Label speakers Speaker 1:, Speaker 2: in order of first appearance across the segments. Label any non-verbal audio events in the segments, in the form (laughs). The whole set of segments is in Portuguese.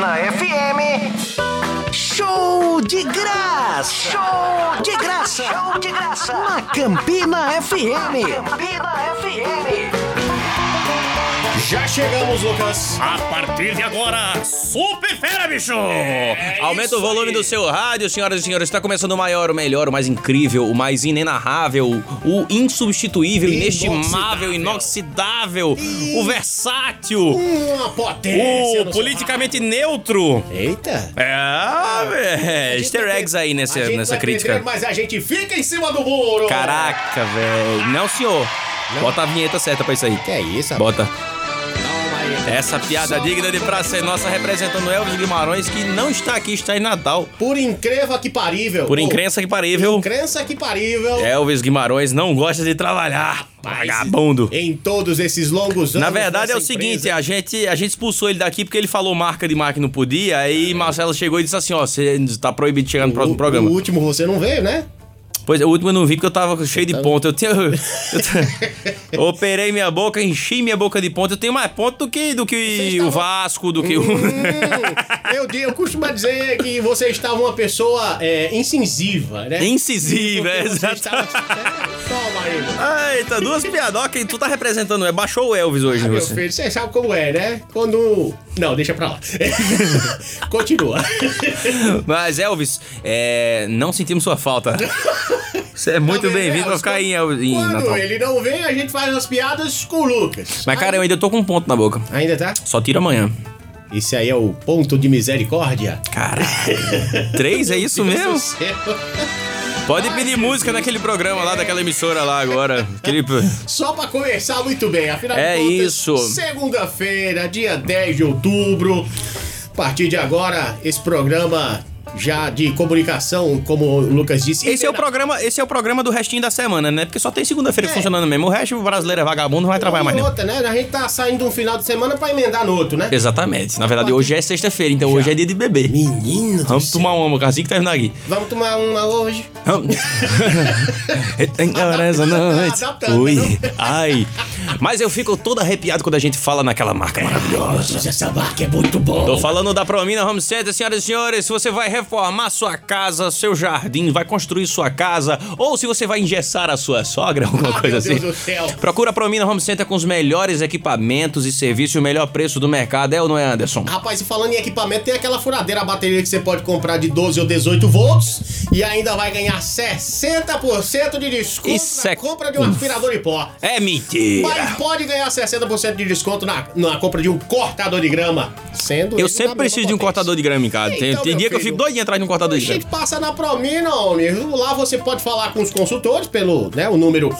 Speaker 1: na FM.
Speaker 2: Show de graça!
Speaker 1: Show
Speaker 2: De graça!
Speaker 1: Show de graça!
Speaker 2: Na Campina FM!
Speaker 1: Campina FM.
Speaker 3: Já chegamos, Lucas.
Speaker 4: A partir de agora, super fera, bicho!
Speaker 3: É
Speaker 5: É
Speaker 6: Aumenta o volume do seu rádio, senhoras e senhores. Está começando o maior, o melhor, o mais incrível, o mais inenarrável, o insubstituível, inestimável, inoxidável, o versátil,
Speaker 3: Uma potência.
Speaker 6: o
Speaker 3: no seu
Speaker 6: politicamente neutro.
Speaker 3: rádio. Easter
Speaker 6: É, é, easter eggs aí
Speaker 3: a
Speaker 6: nessa,
Speaker 3: gente
Speaker 6: nessa
Speaker 3: vai perder,
Speaker 6: crítica.
Speaker 3: mas a gente fica em cima do muro.
Speaker 6: Caraca, velho. Não, senhor. Bota a vinheta certa pra isso aí.
Speaker 3: Que é isso, rapaz?
Speaker 6: Bota. Essa piada digna de praça é nossa representando Elvis Guimarães, que não está aqui, está em Natal.
Speaker 3: Por incrível que parível.
Speaker 6: Por É.
Speaker 3: Ô,
Speaker 6: incrença que parível,
Speaker 3: Crença que parível.
Speaker 6: Elvis Guimarães não gosta de trabalhar.
Speaker 3: Mas
Speaker 6: Vagabundo.
Speaker 3: Em todos esses longos anos.
Speaker 6: Na verdade é o
Speaker 3: dessa
Speaker 6: seguinte,
Speaker 3: empresa-
Speaker 6: a gente, a gente expulsou ele daqui porque ele falou marca de marca e não podia, aí Marcelo chegou e disse assim, ó, você tá proibido de chegar no próximo
Speaker 3: É. o,
Speaker 6: programa.
Speaker 3: O último você não veio,
Speaker 6: (laughs)
Speaker 3: né?
Speaker 6: Pois é, o último eu não vi porque eu tava cheio
Speaker 3: Tá.
Speaker 6: de ponta. Eu tinha. (laughs) eu t- operei minha boca, enchi minha boca de ponta. Eu tenho mais ponto do que, do que o Vasco, do que o. (laughs)
Speaker 3: Hum, eu, di- eu costumo dizer que você estava uma pessoa é, incisiva, né?
Speaker 6: Incisiva, é,
Speaker 3: Porque você
Speaker 6: exato.
Speaker 3: estava- É, Toma aí.
Speaker 6: Eita, duas piadocas e tu tá representando. É, baixou o Elvis hoje,
Speaker 3: Meu
Speaker 6: você.
Speaker 3: filho, você sabe como é, né? Quando. Não, deixa pra lá. (laughs) Continua.
Speaker 6: Mas, Elvis, é, não sentimos
Speaker 3: (laughs)
Speaker 6: sua falta. Você é (laughs) muito
Speaker 3: Tá vendo,
Speaker 6: bem-vindo pra
Speaker 3: Elvis?
Speaker 6: ficar aí em, El- em Natal.
Speaker 3: Quando ele não vem, a gente faz as piadas com o Lucas.
Speaker 6: Mas, cara, eu ainda tô com um ponto na boca.
Speaker 3: Ainda tá?
Speaker 6: Só tira amanhã.
Speaker 3: Esse aí é o ponto de misericórdia. (laughs)
Speaker 6: Caraca. Três, é isso mesmo? Pode pedir música naquele programa lá, daquela emissora lá agora. Aquele.
Speaker 3: Só pra começar muito bem, afinal
Speaker 6: É
Speaker 3: de contas,
Speaker 6: isso.
Speaker 3: segunda-feira, dia 10 de outubro. A partir de agora, esse programa já de comunicação, como o Lucas disse.
Speaker 6: Esse é, o
Speaker 3: interna-
Speaker 6: programa, esse é o programa do restinho da semana, né? Porque só tem segunda-feira
Speaker 3: É.
Speaker 6: funcionando mesmo. O resto, o brasileiro é vagabundo, não vai trabalhar mais
Speaker 3: E
Speaker 6: não.
Speaker 3: outra, né? A gente tá saindo um final de semana pra emendar no outro, né?
Speaker 6: Exatamente. Na verdade, hoje é sexta-feira, então hoje é dia de beber.
Speaker 3: Menino do
Speaker 6: Vamos
Speaker 3: céu.
Speaker 6: tomar uma, cara, assim que terminar aqui.
Speaker 3: Vamos tomar uma hoje.
Speaker 6: (laughs) Vamos. Tem horas à noite.
Speaker 3: Adaptando, né?
Speaker 6: Ui,
Speaker 3: não?
Speaker 6: ai. Mas eu fico todo arrepiado quando a gente fala naquela marca maravilhosa.
Speaker 3: Essa marca é muito bom.
Speaker 6: Tô falando da Promina Home Center, senhoras e senhores. Se você vai reformar sua casa, seu jardim, vai construir sua casa, ou se você vai engessar a sua sogra, (laughs) alguma
Speaker 3: Ah,
Speaker 6: coisa
Speaker 3: meu
Speaker 6: assim.
Speaker 3: Deus do céu.
Speaker 6: Procura a Promina Home Center com os melhores equipamentos e serviço e o melhor preço do mercado, é ou não é, Anderson?
Speaker 3: Rapaz, e falando em equipamento, tem aquela furadeira a bateria que você pode comprar de 12 ou 18 volts e ainda vai ganhar 60% de desconto
Speaker 6: Isso
Speaker 3: na
Speaker 6: é
Speaker 3: compra de um aspirador de pó.
Speaker 6: É mentira!
Speaker 3: Mas pode ganhar 60% de desconto na, na compra de um cortador de grama. Sendo
Speaker 6: Eu sempre preciso de um cortador de grama em casa. Tem,
Speaker 3: Então,
Speaker 6: tem
Speaker 3: meu
Speaker 6: dia que eu
Speaker 3: filho,
Speaker 6: fico doidinho atrás de um cortador
Speaker 3: A
Speaker 6: de grama.
Speaker 3: gente passa na Promina, homem. Lá você pode falar com os consultores pelo né, o número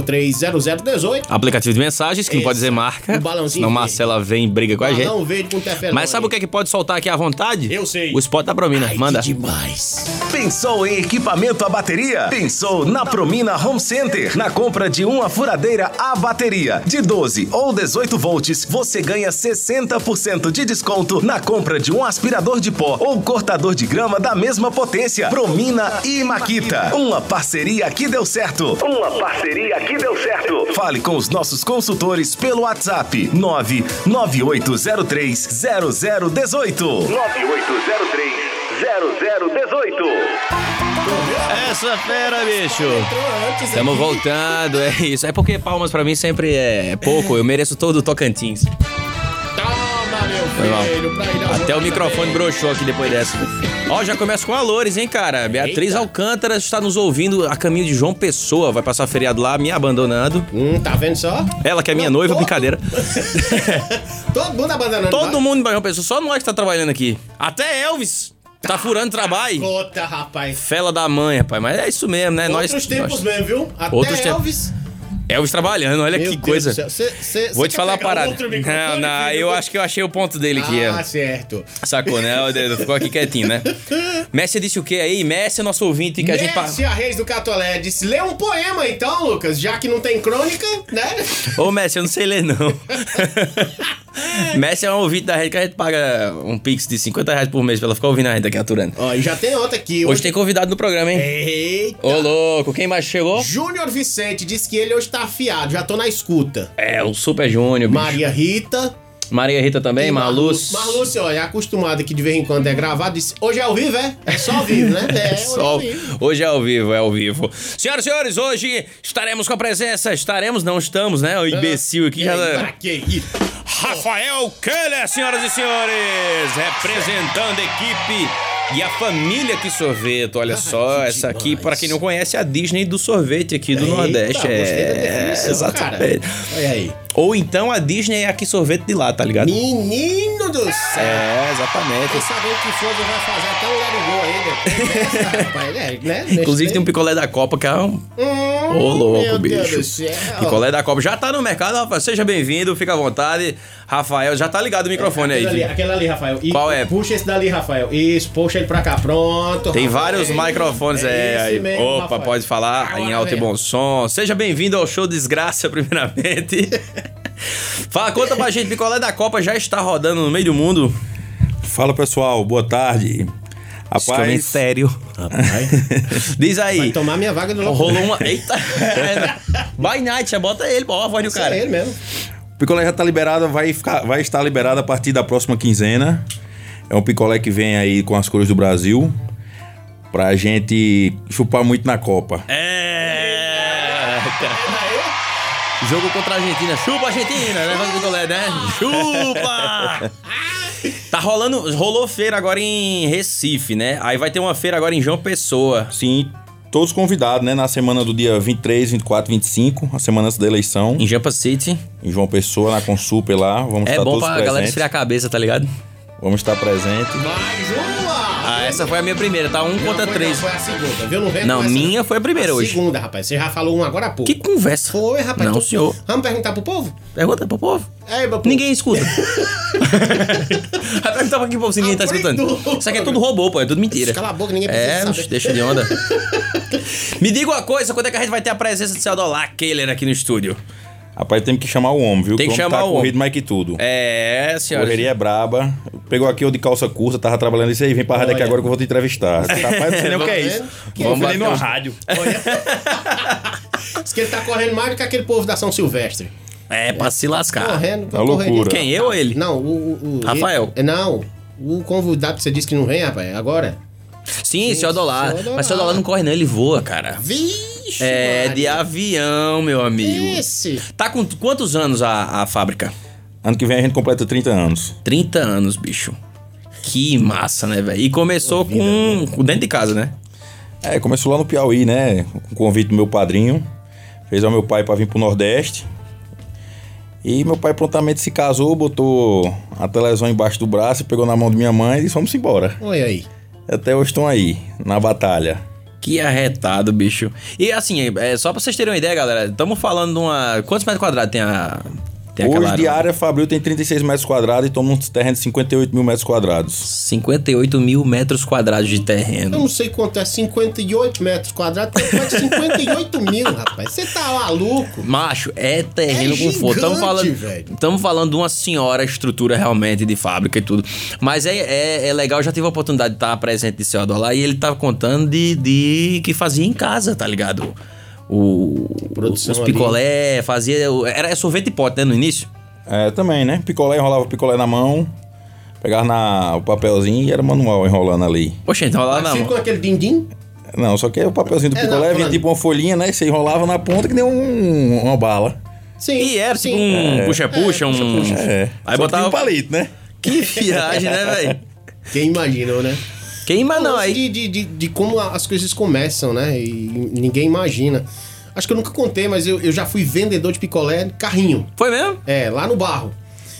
Speaker 3: 998030018.
Speaker 6: Aplicativo de mensagens, que não pode dizer marca.
Speaker 3: O Um balãozinho
Speaker 6: Não,
Speaker 3: verde.
Speaker 6: Marcela vem e briga com a gente.
Speaker 3: Não veio com tefelão.
Speaker 6: Mas sabe o que é que pode soltar aqui à vontade?
Speaker 3: Eu sei.
Speaker 6: O spot da Promina.
Speaker 3: Ai,
Speaker 6: Manda.
Speaker 3: Que demais.
Speaker 7: Pensou em equipamento à bateria? Pensou na Promina Home Center. Na compra de uma furadeira à bateria de 12 ou 18 volts, você ganha 60% de desconto na compra de um aspirador de pó ou cortador de grama da mesma potência. Promina e Maquita. Uma parceria que deu certo. Uma parceria que deu certo. Fale com os nossos consultores pelo WhatsApp 99803 0018.
Speaker 6: Essa fera, bicho.
Speaker 3: Entrou antes
Speaker 6: Estamos
Speaker 3: aqui.
Speaker 6: voltando, é isso. É porque palmas pra mim sempre é pouco. Eu mereço todo o Tocantins.
Speaker 3: Toma, meu
Speaker 6: mal.
Speaker 3: filho. pra ir
Speaker 6: Até o microfone broxou aqui depois dessa. Ó, já começa com valores, hein, cara? Beatriz
Speaker 3: Eita.
Speaker 6: Alcântara está nos ouvindo a caminho de João Pessoa. Vai passar feriado lá, me abandonando.
Speaker 3: Hum, tá vendo só?
Speaker 6: Ela que é minha
Speaker 3: Não,
Speaker 6: noiva,
Speaker 3: todo-
Speaker 6: brincadeira.
Speaker 3: (laughs) Todo mundo abandonando.
Speaker 6: É. Todo
Speaker 3: vai.
Speaker 6: mundo em Barão Pessoa, só nós que tá trabalhando aqui. Até Elvis
Speaker 3: Ah,
Speaker 6: tá furando trabalho.
Speaker 3: Cota, rapaz.
Speaker 6: Fela da mãe, rapaz. Mas é isso mesmo, né?
Speaker 3: Outros
Speaker 6: nós,
Speaker 3: tempos
Speaker 6: nós-
Speaker 3: mesmo, viu? Até
Speaker 6: Outros tempos.
Speaker 3: Elvis.
Speaker 6: Elvis trabalhando, olha
Speaker 3: Meu
Speaker 6: que
Speaker 3: Deus
Speaker 6: coisa.
Speaker 3: do céu. Cê- cê-
Speaker 6: Vou
Speaker 3: cê
Speaker 6: te
Speaker 3: quer
Speaker 6: falar a
Speaker 3: pegar
Speaker 6: parada. (laughs)
Speaker 3: outro microfone,
Speaker 6: Não, não,
Speaker 3: filho?
Speaker 6: eu acho que eu achei o ponto dele aqui.
Speaker 3: Ah,
Speaker 6: ó.
Speaker 3: certo.
Speaker 6: Sacou, né? O dedo Ficou aqui
Speaker 3: (laughs)
Speaker 6: quietinho, né? Messi disse o quê aí? Messi é nosso ouvinte que a gente... pa-
Speaker 3: Mércia Reis do Catolé disse, lê um poema então, Lucas, já que não tem crônica,
Speaker 6: (laughs)
Speaker 3: né?
Speaker 6: Ô, Messi, eu não
Speaker 3: (laughs)
Speaker 6: sei ler, não. Messi é um ouvinte da rede que a gente paga um pix de 50 reais por mês pra ela ficar ouvindo a rede aqui, aturando.
Speaker 3: Ó, e já tem outra aqui.
Speaker 6: Hoje tem convidado no programa,
Speaker 3: É.
Speaker 6: hein?
Speaker 3: Eita.
Speaker 6: Ô, louco, quem mais chegou?
Speaker 3: Júnior Vicente disse que ele hoje tá afiado, já tô na escuta.
Speaker 6: É, o Super Júnior, bicho.
Speaker 3: Maria Rita.
Speaker 6: Maria Rita também, Marluz.
Speaker 3: Marlúcio, ó, é acostumado que de vez em quando é gravado. disse, Hoje é ao vivo, é? É só ao vivo,
Speaker 6: (laughs)
Speaker 3: né? É, hoje é ao
Speaker 6: Sol.
Speaker 3: vivo.
Speaker 6: Hoje é ao vivo, é ao vivo. Senhoras e senhores, hoje estaremos com a presença. Estaremos, não estamos, né?
Speaker 3: É.
Speaker 6: O imbecil aqui já. tá
Speaker 3: Ei, pra quê? Ih,
Speaker 6: Rafael Keller, senhoras e senhores, representando a equipe e a família que sorvete. Olha só,
Speaker 3: Ah, que
Speaker 6: essa aqui,
Speaker 3: demais.
Speaker 6: para quem não conhece, é a Disney do sorvete aqui do
Speaker 3: Eita,
Speaker 6: Nordeste.
Speaker 3: gostei da
Speaker 6: É,
Speaker 3: definição,
Speaker 6: exatamente.
Speaker 3: cara. Olha aí.
Speaker 6: Ou então a Disney é aqui sorvete de lá, tá ligado?
Speaker 3: Menino do céu.
Speaker 6: É, exatamente.
Speaker 3: Tô sabendo que o Fogo vai fazer até um larigol
Speaker 6: (laughs)
Speaker 3: ainda. Nossa, rapaz, é, né?
Speaker 6: Inclusive tem um picolé da Copa que é um. Ô, louco,
Speaker 3: Hum, meu
Speaker 6: bicho.
Speaker 3: Deus do céu.
Speaker 6: Picolé da Copa já tá no mercado, Rafael. Seja bem-vindo, fica à vontade. Rafael, já tá ligado o microfone aí.
Speaker 3: Aquele ali,
Speaker 6: Di.
Speaker 3: aquele ali, Rafael. E
Speaker 6: Qual é?
Speaker 3: Puxa esse dali, Rafael. Isso, puxa ele pra cá. Pronto.
Speaker 6: Tem
Speaker 3: Rafael.
Speaker 6: vários microfones é,
Speaker 3: é, esse
Speaker 6: aí.
Speaker 3: mesmo,
Speaker 6: Opa,
Speaker 3: Rafael.
Speaker 6: pode falar
Speaker 3: Agora
Speaker 6: em alto
Speaker 3: vem.
Speaker 6: e bom som. Seja bem-vindo ao show Desgraça, (laughs) primeiramente. Fala, conta pra gente, picolé da Copa já está rodando no meio do mundo.
Speaker 8: Fala pessoal, boa tarde. Rapaz,
Speaker 6: é
Speaker 8: (laughs)
Speaker 6: Diz aí.
Speaker 3: Vai tomar minha vaga no local.
Speaker 6: Rolou uma. Eita! (laughs) By night, já bota ele, ó, a voz do cara.
Speaker 3: É ele mesmo.
Speaker 8: o picolé já tá liberado, vai, ficar, vai estar liberado a partir da próxima quinzena. É um picolé que vem aí com as cores do Brasil. Pra gente chupar muito na Copa.
Speaker 6: É. Jogo contra a Argentina. Chupa, Argentina, né? Faz o picolé, né? Chupa! Tá rolando. Rolou feira agora em Recife, né? Aí vai ter uma feira agora em João Pessoa.
Speaker 8: Sim, todos convidados, né? Na semana do dia 23, 24, 25, a semana antes da eleição.
Speaker 6: Em Jampa City.
Speaker 8: Em João Pessoa, na Consuper lá. Vamos
Speaker 6: É
Speaker 8: estar
Speaker 6: bom
Speaker 8: todos
Speaker 6: pra
Speaker 8: presentes.
Speaker 6: galera esfriar a cabeça, tá ligado?
Speaker 8: Vamos estar presentes.
Speaker 3: Mais uma.
Speaker 6: Ah, essa foi a minha primeira, tá? Um
Speaker 3: Não,
Speaker 6: contra
Speaker 3: foi-
Speaker 6: três.
Speaker 3: Não, foi a segunda, viu? Não, vem
Speaker 6: Não,
Speaker 3: com essa-
Speaker 6: minha foi a primeira hoje.
Speaker 3: Segunda, rapaz. Você já falou um agora há pouco.
Speaker 6: Que conversa.
Speaker 3: Foi, rapaz.
Speaker 6: Não,
Speaker 3: Então,
Speaker 6: senhor.
Speaker 3: Vamos perguntar pro povo?
Speaker 6: Pergunta pro povo.
Speaker 3: É, meu povo.
Speaker 6: Ninguém escuta.
Speaker 3: (laughs)
Speaker 6: Vai perguntar pra que povo se ninguém tá escutando.
Speaker 3: Abrindo.
Speaker 6: Isso aqui é tudo robô, pô. É tudo mentira.
Speaker 3: Cala a boca, ninguém precisa
Speaker 6: É,
Speaker 3: saber.
Speaker 6: oxe, deixa
Speaker 3: (laughs)
Speaker 6: de onda. Me diga uma coisa, quando é que a gente vai ter a presença do Celdolá Keller aqui no estúdio?
Speaker 8: Rapaz, temos que chamar o homem, viu?
Speaker 6: Tem que
Speaker 8: o homem
Speaker 6: chamar
Speaker 8: tá
Speaker 6: o homem.
Speaker 8: corrido mais que tudo.
Speaker 6: É, senhora.
Speaker 8: Correria é braba. Pegou aqui eu de calça curta, tava trabalhando isso aí. Vem pra rádio aqui
Speaker 3: Olha.
Speaker 8: agora que eu vou
Speaker 6: (laughs)
Speaker 8: te entrevistar. Rapaz, não sei nem o que é
Speaker 3: Vamos
Speaker 8: isso.
Speaker 3: ver.
Speaker 8: Vamos
Speaker 6: Vamos
Speaker 8: ver
Speaker 6: bater
Speaker 8: no
Speaker 6: um-
Speaker 8: rádio.
Speaker 3: Diz que ele tá correndo mais do que aquele povo da São Silvestre.
Speaker 6: É, pra se lascar.
Speaker 3: Correndo.
Speaker 8: Tá loucura.
Speaker 6: Quem, eu ou ele?
Speaker 3: Não, o... o- o-
Speaker 6: Rafael.
Speaker 3: ele- não, o convidado que você disse que não vem, rapaz, é agora.
Speaker 6: Sim, Celdolá.
Speaker 3: Celdolá.
Speaker 6: Mas Celdolá não corre, não, ele voa, cara.
Speaker 3: Vixe,
Speaker 6: É, de
Speaker 3: Maria.
Speaker 6: avião, meu amigo.
Speaker 3: Esse.
Speaker 6: Tá com quantos anos a, a fábrica?
Speaker 8: Ano que vem a gente completa 30 anos.
Speaker 6: 30 anos, bicho. Que massa, né, velho? E começou com, com dentro de casa, né?
Speaker 8: É, começou lá no Piauí, né? Um convite do meu padrinho. Fez ao meu pai pra vir pro Nordeste. E meu pai prontamente se casou, botou a televisão embaixo do braço, pegou na mão de minha mãe e disse, vamos embora.
Speaker 3: Olha aí.
Speaker 8: Até hoje estão aí, na batalha.
Speaker 6: Que arretado, bicho. E assim, é, só pra vocês terem uma ideia, galera, estamos falando de uma. Quantos metros quadrados tem a. Tem aquela
Speaker 8: Hoje
Speaker 6: área?
Speaker 8: de área Fabril tem 36 metros quadrados e toma um terreno de 58 mil metros quadrados.
Speaker 6: 58 mil metros quadrados de
Speaker 3: Eu
Speaker 6: terreno.
Speaker 3: não sei quanto é 58 metros quadrados, tem quase 58 mil, rapaz. Você tá maluco?
Speaker 6: Macho, é terreno
Speaker 3: É
Speaker 6: com força. Estamos
Speaker 3: gigante,
Speaker 6: falando,
Speaker 3: velho.
Speaker 6: tamo falando de uma senhora estrutura realmente de fábrica e tudo. Mas é, é, é legal, eu já tive a oportunidade de estar presente de Ceodó lá e ele tava contando de, de que fazia em casa, tá ligado? O,
Speaker 3: Produção
Speaker 6: os
Speaker 3: ali.
Speaker 6: picolé, fazia. o- Era sorvete de pote, né, no início?
Speaker 8: É, também, né? Picolé, enrolava o picolé na mão, pegava na, o papelzinho e era manual enrolando ali.
Speaker 6: Poxa, então lá
Speaker 3: Fica
Speaker 6: não.
Speaker 3: com aquele dindim?
Speaker 8: Não, só que o papelzinho do
Speaker 3: É,
Speaker 8: picolé
Speaker 3: não,
Speaker 8: vinha
Speaker 3: falando.
Speaker 8: tipo uma folhinha, né? E você enrolava na ponta que nem um, uma bala.
Speaker 3: Sim. É.
Speaker 6: E era tipo um puxa-puxa, um.
Speaker 8: É.
Speaker 6: Aí
Speaker 8: só que tinha
Speaker 6: botava.
Speaker 8: um palito, né?
Speaker 6: (laughs) Que viagem, né, velho?
Speaker 3: Quem imaginou, né?
Speaker 6: Queima Ah, não,
Speaker 3: Lance
Speaker 6: aí.
Speaker 3: De, de, de, de como a- as coisas começam, né? E ninguém imagina. Acho que eu nunca contei, mas eu, eu já fui vendedor de picolé de carrinho.
Speaker 6: Foi mesmo?
Speaker 3: É, lá no barro.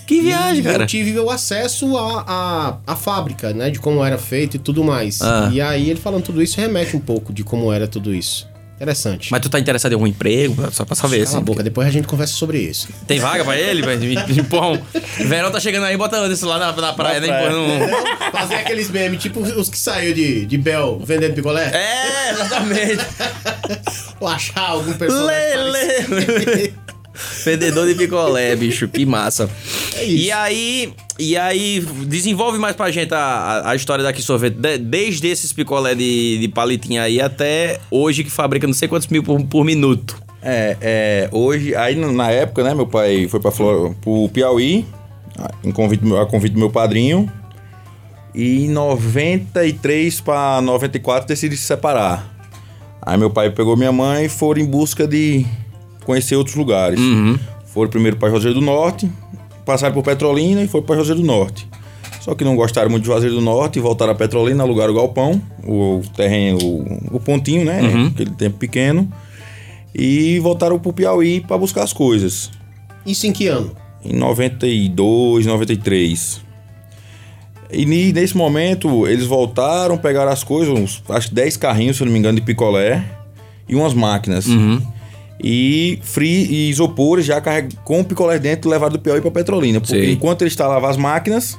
Speaker 6: Que
Speaker 3: E
Speaker 6: viagem, cara.
Speaker 3: Eu tive o acesso à à- à fábrica, né? De como era feito e tudo mais.
Speaker 6: Ah.
Speaker 3: E aí ele falando tudo isso remete um pouco de como era tudo isso. Interessante.
Speaker 6: Mas tu tá interessado em algum emprego? Só pra saber,
Speaker 3: Cala
Speaker 6: assim.
Speaker 3: a boca, depois a gente conversa sobre isso.
Speaker 6: Tem vaga pra ele, velho? Me- me Empurra um. Verão tá chegando aí, bota Anderson lá na, na praia, né?
Speaker 8: praia.
Speaker 6: Empurrando um.
Speaker 3: Fazer aqueles memes, tipo os que saiu de, de Bel vendendo picolé.
Speaker 6: É, exatamente.
Speaker 3: Ou achar algum personagem.
Speaker 6: Lele.
Speaker 3: parecido.
Speaker 6: (laughs) Vendedor de picolé, bicho, que massa.
Speaker 3: É isso.
Speaker 6: E aí, e aí desenvolve mais pra gente a, a, a história daqui sorvete, De- desde esses picolé de, de palitinha aí até hoje que fabrica não sei quantos mil por, por minuto.
Speaker 8: É, é, hoje, aí na na época, né, meu pai foi pra Flor... pro Piauí, a- em convite, do meu- a convite do meu padrinho. E em 93 para 94 decidi se separar. Aí meu pai pegou minha mãe e foram em busca de conhecer outros lugares. Foram primeiro para Juazeiro do Norte, passaram por Petrolina e foram para Juazeiro do Norte. Só que não gostaram muito de Juazeiro do Norte e voltaram a Petrolina, alugaram o galpão, o terreno, o, o pontinho, né? Aquele tempo pequeno. E voltaram pro Piauí para buscar as coisas
Speaker 3: Isso em que ano?
Speaker 8: em 92, 93. E ni- nesse momento, eles voltaram, pegaram as coisas, uns, acho que 10 carrinhos, se eu não me engano, de picolé e umas máquinas. E, fri, e isopores já carreg- com o picolé dentro levaram do Piauí para Petrolina. Porque
Speaker 6: Sei.
Speaker 8: enquanto eles instalavam as máquinas,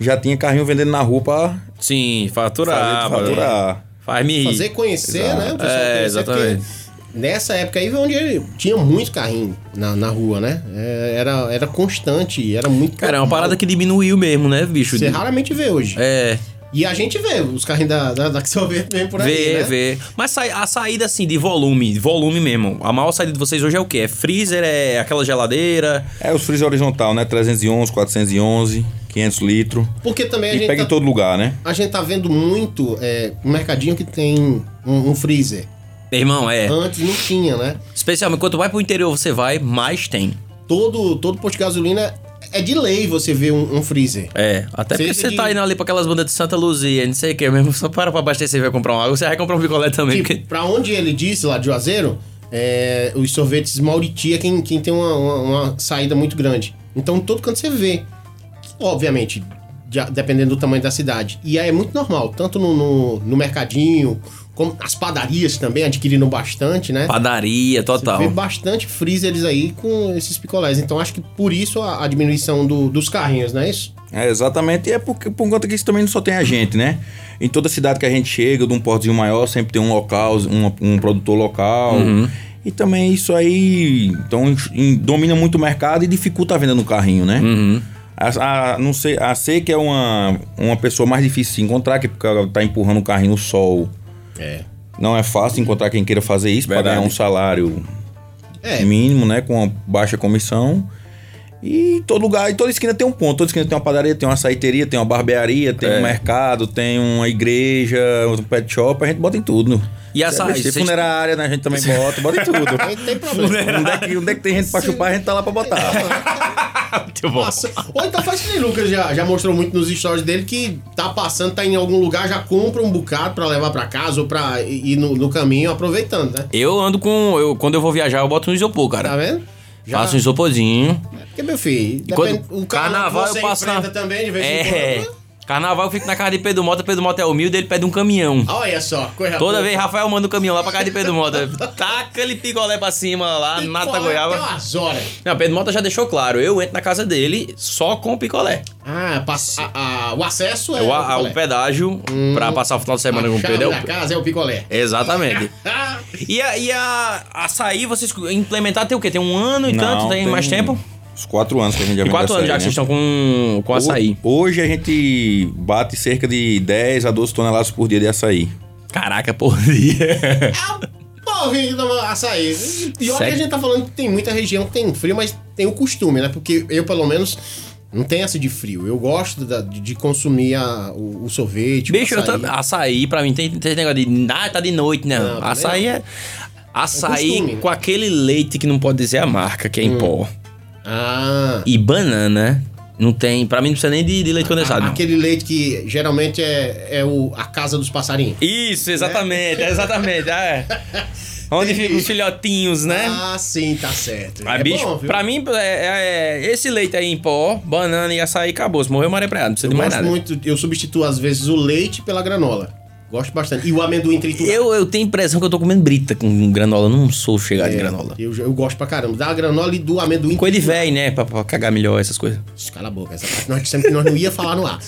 Speaker 8: já tinha carrinho vendendo na rua para
Speaker 6: Sim, faturar.
Speaker 8: né? faturar.
Speaker 6: Faz me rir.
Speaker 3: Fazer conhecer, né? O pessoal
Speaker 6: É,
Speaker 3: conhecer,
Speaker 6: exatamente.
Speaker 3: porque Nessa época aí, onde tinha muito carrinho na, na rua, né? É, Era, era constante, era muito.
Speaker 6: Cara, é uma
Speaker 3: normal.
Speaker 6: parada que diminuiu mesmo, né, bicho?
Speaker 3: Você raramente vê hoje.
Speaker 6: É,
Speaker 3: E a gente vê os carrinhos da, da, da Axel vê mesmo por aí.
Speaker 6: vê,
Speaker 3: né?
Speaker 6: vê. Mas sai- a saída, assim, de volume, de volume mesmo. A maior saída de vocês hoje é o quê? É freezer, é aquela geladeira.
Speaker 8: É os freezer horizontal, né? 311, 411, 500 litros.
Speaker 3: Porque também a
Speaker 8: E
Speaker 3: gente.
Speaker 8: pega
Speaker 3: tá-
Speaker 8: em todo lugar, né?
Speaker 3: a gente tá vendo muito é, um mercadinho que tem um, um freezer.
Speaker 6: Meu irmão, é.
Speaker 3: Antes não tinha, né?
Speaker 6: Especialmente quanto mais pro interior você vai, mais tem.
Speaker 3: Todo, todo posto de gasolina é de lei você ver um, um freezer.
Speaker 6: É, até porque
Speaker 3: Seja
Speaker 6: você
Speaker 3: de-
Speaker 6: tá indo ali pra aquelas bandas de Santa Luzia, não sei o que mesmo, só para pra abastecer e vai comprar uma água, você vai comprar um picolé também.
Speaker 3: Tipo,
Speaker 6: porque-
Speaker 3: pra onde ele disse lá de Juazeiro, é, os sorvetes Mauriti é quem, quem tem uma, uma- uma saída muito grande. Então, todo canto você vê. Obviamente, de- dependendo do tamanho da cidade. E aí é muito normal, tanto no, no- no mercadinho, como as padarias também adquiriram bastante, né?
Speaker 6: Padaria, total.
Speaker 3: Vê bastante freezers aí com esses picolés. Então acho que por isso a, a diminuição do- dos carrinhos, não é isso?
Speaker 8: É, exatamente. E é porque, por conta que isso também não só tem a gente, né? Em toda cidade que a gente chega, de um portozinho maior, sempre tem um local, um, um produtor local. E também isso aí então, em- domina muito o mercado e dificulta a venda no carrinho, né? A, a- não sei, a ser que é uma, uma pessoa mais difícil de se encontrar, que porque ela tá empurrando o carrinho no sol.
Speaker 3: É.
Speaker 8: Não é fácil encontrar quem queira fazer isso para
Speaker 6: Verdade.
Speaker 8: ganhar um salário
Speaker 3: É.
Speaker 8: mínimo, né? Com uma baixa comissão. E em todo lugar, em toda esquina tem um ponto. Toda esquina tem uma padaria, tem uma saiteria, tem uma barbearia,
Speaker 6: É.
Speaker 8: tem um mercado, tem uma igreja, um pet shop. A gente bota em tudo.
Speaker 6: E essa-
Speaker 8: Tem
Speaker 6: vocês-
Speaker 8: funerária, né? A gente também bota, bota
Speaker 6: (laughs)
Speaker 8: em tudo.
Speaker 3: Não tem problema.
Speaker 8: onde, é que, onde é que tem gente pra chupar, a gente tá lá pra botar.
Speaker 6: Muito bom.
Speaker 3: Nossa. Ou então faz que nem Lucas já, já mostrou muito nos stories dele que tá passando, tá em algum lugar, já compra um bocado pra levar pra casa ou pra ir no, no caminho aproveitando, né?
Speaker 6: Eu ando com. Eu, quando eu vou viajar, eu boto um isopor,
Speaker 3: Tá
Speaker 6: cara.
Speaker 3: vendo? Já,
Speaker 6: Faço um isoporzinho.
Speaker 3: Porque, meu filho,
Speaker 6: E quando-
Speaker 3: depende, o carnaval você eu passo enfrenta também de vez
Speaker 6: é,
Speaker 3: em quando. né?
Speaker 6: Carnaval eu fico na casa de Pedro Mota, Pedro Mota é humilde, ele pede um caminhão.
Speaker 3: Olha só, coisa
Speaker 6: Toda
Speaker 3: boa.
Speaker 6: vez Rafael manda um caminhão lá pra casa de Pedro Mota. Taca ele picolé pra cima lá,
Speaker 3: Tem que
Speaker 6: nata
Speaker 3: falar
Speaker 6: goiaba.
Speaker 3: até umas horas.
Speaker 6: Não, Pedro Mota já deixou claro, eu entro na casa dele só com picolé.
Speaker 3: Ah, passa, a- a- o acesso é.
Speaker 6: Eu, a-
Speaker 3: picolé.
Speaker 6: o pedágio pra passar o final de semana com
Speaker 3: a
Speaker 6: o
Speaker 3: chave
Speaker 6: Pedro. é
Speaker 3: da
Speaker 6: o-
Speaker 3: casa é o
Speaker 6: (laughs)
Speaker 3: picolé.
Speaker 6: Exatamente.
Speaker 3: Ah,
Speaker 6: E a, e a, a sair, vocês implementar tem o quê? Tem um ano e
Speaker 8: Não,
Speaker 6: tanto? Tem, mais tempo?
Speaker 8: Uns quatro anos que a gente já
Speaker 6: Tem
Speaker 8: vende
Speaker 6: quatro anos já
Speaker 8: açaí,
Speaker 6: que
Speaker 8: né?
Speaker 6: vocês estão com, com açaí.
Speaker 8: Ho- Hoje a gente bate cerca de 10 a 12 toneladas por dia de açaí.
Speaker 6: Caraca, por dia.
Speaker 3: É um Pô, vim tomar açaí. E olha que
Speaker 6: Sério?
Speaker 3: a gente tá falando que tem muita região que tem frio, mas tem o costume, né? Porque eu, pelo menos, não tenho essa de frio. Eu gosto da- de, de consumir a- o, o sorvete. o
Speaker 6: Bicho, eu
Speaker 3: Tipo, açaí.
Speaker 6: também. Açaí, pra mim, tem, tem esse negócio de. Ah, tá de noite, né?
Speaker 3: Não, também
Speaker 6: açaí é. Açaí
Speaker 3: costume. Hum.
Speaker 6: com aquele leite que não pode dizer a marca, que é em pó.
Speaker 3: Ah.
Speaker 6: E banana. Não tem. Pra mim, não precisa nem de, de leite condensado.
Speaker 3: Ah, Aquele leite que geralmente é, é o, a casa dos passarinhos.
Speaker 6: Isso,
Speaker 3: Né?
Speaker 6: exatamente,
Speaker 3: (laughs)
Speaker 6: exatamente. é. Onde ficam os filhotinhos, né?
Speaker 3: Ah, sim, tá certo.
Speaker 6: Ah, bicho,
Speaker 3: viu?
Speaker 6: pra mim, é, é- é esse leite aí em pó, banana e açaí, acabou. Se morreu, maré praia, não precisa de
Speaker 3: eu
Speaker 6: mais
Speaker 3: gosto
Speaker 6: nada.
Speaker 3: muito, eu substituo às vezes o leite pela granola. Gosto bastante. E o amendoim triturado.
Speaker 6: Eu, eu tenho a impressão que eu tô comendo brita com granola. eu Não sou chegado de
Speaker 3: É,
Speaker 6: granola.
Speaker 3: Eu, eu gosto pra caramba. Da granola e do amendoim.
Speaker 6: Coisa de velho, né? Pra, pra cagar melhor essas coisas.
Speaker 3: Cala a boca, essa parte nós dissemos que nós não ia falar
Speaker 6: (laughs)
Speaker 3: no ar.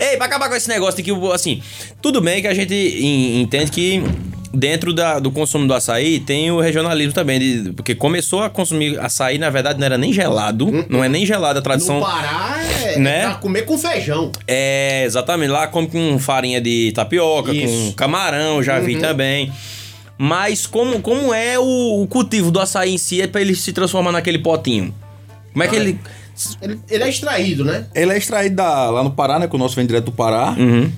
Speaker 6: Ei, pra acabar com esse negócio de que, assim, tudo bem que a gente en- entende que dentro da- do consumo do açaí tem o regionalismo também. de- porque começou a consumir açaí, na verdade, não era nem gelado. Não é nem gelado a tradição.
Speaker 3: Uhum. No Pará é
Speaker 6: Né?
Speaker 3: pra comer com feijão.
Speaker 6: É, exatamente. Lá come com farinha de tapioca,
Speaker 3: Isso. Uhum.
Speaker 6: com camarão, já vi também. Mas como, como é o, o cultivo do açaí em si é pra ele se transformar naquele potinho? Como é que ele.
Speaker 3: Ele, ele é extraído, né?
Speaker 8: Ele é extraído da- lá no Pará, né? Que o nosso vem direto do Pará.
Speaker 6: Uhum.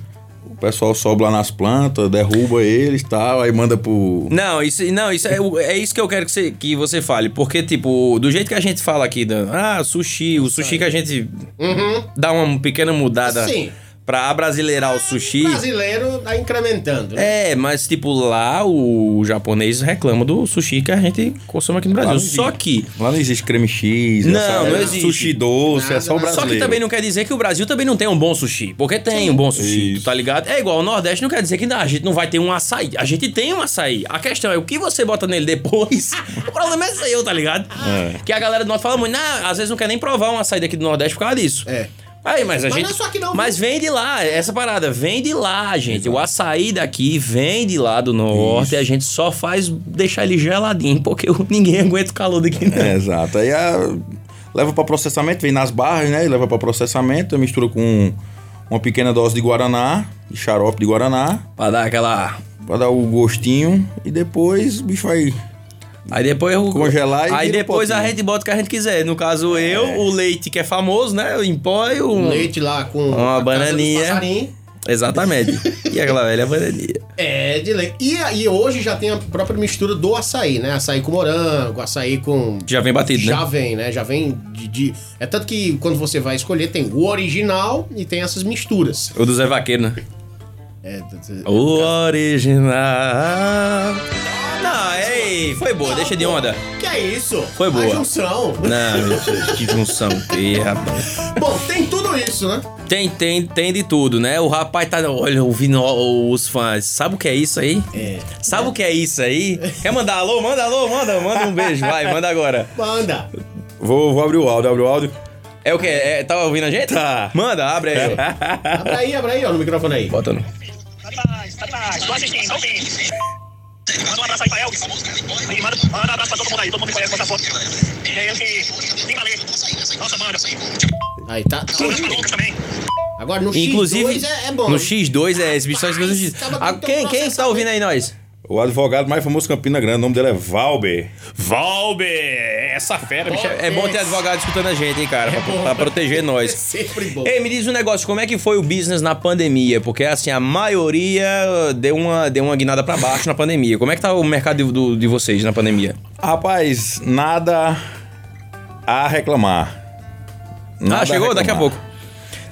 Speaker 8: O pessoal sobe lá nas plantas, derruba eles e tal, aí manda pro.
Speaker 6: Não, isso, não, isso é, o- é isso que eu quero que você, que você fale. Porque, tipo, do jeito que a gente fala aqui, Dan, ah, sushi, o sushi que a gente dá uma pequena mudada
Speaker 3: Sim.
Speaker 6: pra abrasileirar o sushi.
Speaker 3: O brasileiro tá incrementando. né?
Speaker 6: É, mas tipo, lá o japonês reclama do sushi que a gente consome aqui no
Speaker 8: Lá
Speaker 6: Brasil.
Speaker 8: não
Speaker 6: Só
Speaker 8: existe.
Speaker 6: que.
Speaker 8: Lá não existe creme X,
Speaker 6: Não,
Speaker 8: essa-
Speaker 6: não existe.
Speaker 8: sushi doce, é só o
Speaker 3: Nada,
Speaker 8: brasileiro.
Speaker 6: Só que também não quer dizer que o Brasil também não tem um bom sushi. Porque tem um bom sushi,
Speaker 8: Isso.
Speaker 6: tá ligado? É igual o Nordeste, não quer dizer que não, a gente não vai ter um açaí. A gente tem um açaí. A questão é o que você bota nele
Speaker 3: (laughs)
Speaker 6: depois. o problema é seu, tá ligado?
Speaker 3: É.
Speaker 6: Que a galera do Norte fala muito, não, às vezes não quer nem provar um açaí daqui do Nordeste por causa disso.
Speaker 3: É.
Speaker 6: Aí, mas a
Speaker 3: Mas
Speaker 6: gente.
Speaker 3: não é só aqui não, viu?
Speaker 6: mas vem de lá, é essa parada, vem de lá, gente. O açaí daqui vem de lá do norte e a gente só faz deixar ele geladinho, porque (laughs) ninguém aguenta o calor daqui, né? não.
Speaker 8: É, exato. Aí a- leva pra processamento, vem nas barras, né? E leva pra processamento, mistura com uma pequena dose de guaraná, de xarope de guaraná,
Speaker 6: Pra dar aquela.
Speaker 8: pra dar o gostinho e depois o bicho vai
Speaker 6: Aí depois eu...
Speaker 8: Congelar e
Speaker 6: Aí
Speaker 8: vira um
Speaker 6: depois
Speaker 8: potinho.
Speaker 6: a gente bota o que a gente quiser. No caso, eu, o leite que é famoso, né? Em pó e um.
Speaker 3: Um leite lá com
Speaker 6: Uma
Speaker 3: a casa dos
Speaker 6: bananinha.
Speaker 3: passarinho.
Speaker 6: (laughs) Exatamente. e aquela velha bananinha.
Speaker 3: É, de leite. E, e hoje já tem a própria mistura do açaí, né? Açaí com morango, açaí com.
Speaker 6: Já vem batido, né?
Speaker 3: Já vem, né? Já vem de, de- É tanto que quando você vai escolher, tem o original e tem essas misturas.
Speaker 6: O do Zé Vaqueiro, né?
Speaker 3: É, t- t-
Speaker 6: O original. Não, ei, foi boa, deixa de onda.
Speaker 3: que é isso?
Speaker 6: Foi boa. Né?
Speaker 3: A junção.
Speaker 6: Não, meu Deus, que junção (laughs) que, rapaz.
Speaker 3: Bom, tem tudo isso, né?
Speaker 6: Tem, tem, tem de tudo, né? O rapaz tá, olha, ouvindo o- os fãs. Sabe o que é isso aí?
Speaker 3: É.
Speaker 6: Sabe o que é isso aí? Quer mandar alô? Manda alô, manda, manda um beijo, vai, manda agora.
Speaker 3: Manda.
Speaker 8: Vou, vou abrir o áudio, abre o áudio.
Speaker 6: É o quê? É, tá ouvindo a gente?
Speaker 8: Tá.
Speaker 6: Manda, abre
Speaker 8: (laughs)
Speaker 6: aí.
Speaker 3: Abra aí, abra aí, ó, no microfone aí.
Speaker 6: Bota no.
Speaker 5: Tá Tô assistindo, tô ouvindo. Manda um abraço aí pra Elvis. E manda, manda um abraço pra todo mundo aí, todo mundo que conhece essa foto. E aí, que. Lima Lê. Nossa, manda.
Speaker 3: Aí, tá. tá
Speaker 5: Lucas
Speaker 3: ótimo.
Speaker 5: Lucas também.
Speaker 3: Agora no
Speaker 6: Inclusive,
Speaker 3: X2 é, é bom.
Speaker 6: no
Speaker 3: hein?
Speaker 6: X2 é esse bicho só exclusivo no X.
Speaker 3: Tava com
Speaker 6: Ah,
Speaker 3: teu
Speaker 6: quem, quem
Speaker 3: processo
Speaker 6: tá ouvindo aí nós?
Speaker 8: O advogado mais famoso de Campina Grande, o nome dele é Valber.
Speaker 4: Valber! Essa fera, bicho.
Speaker 6: É bom ter advogado escutando a gente, hein, cara, pra, pra
Speaker 3: (laughs)
Speaker 6: proteger
Speaker 3: É
Speaker 6: nós.
Speaker 3: sempre bom.
Speaker 6: Ei, me diz um negócio, como é que foi o business na pandemia? Porque, assim, a maioria deu uma, deu uma guinada pra baixo na pandemia. Como é que tá o mercado de, do- de vocês na pandemia?
Speaker 8: Rapaz, nada a reclamar. Nada
Speaker 6: ah, chegou? Daqui a
Speaker 8: reclamar.
Speaker 6: pouco.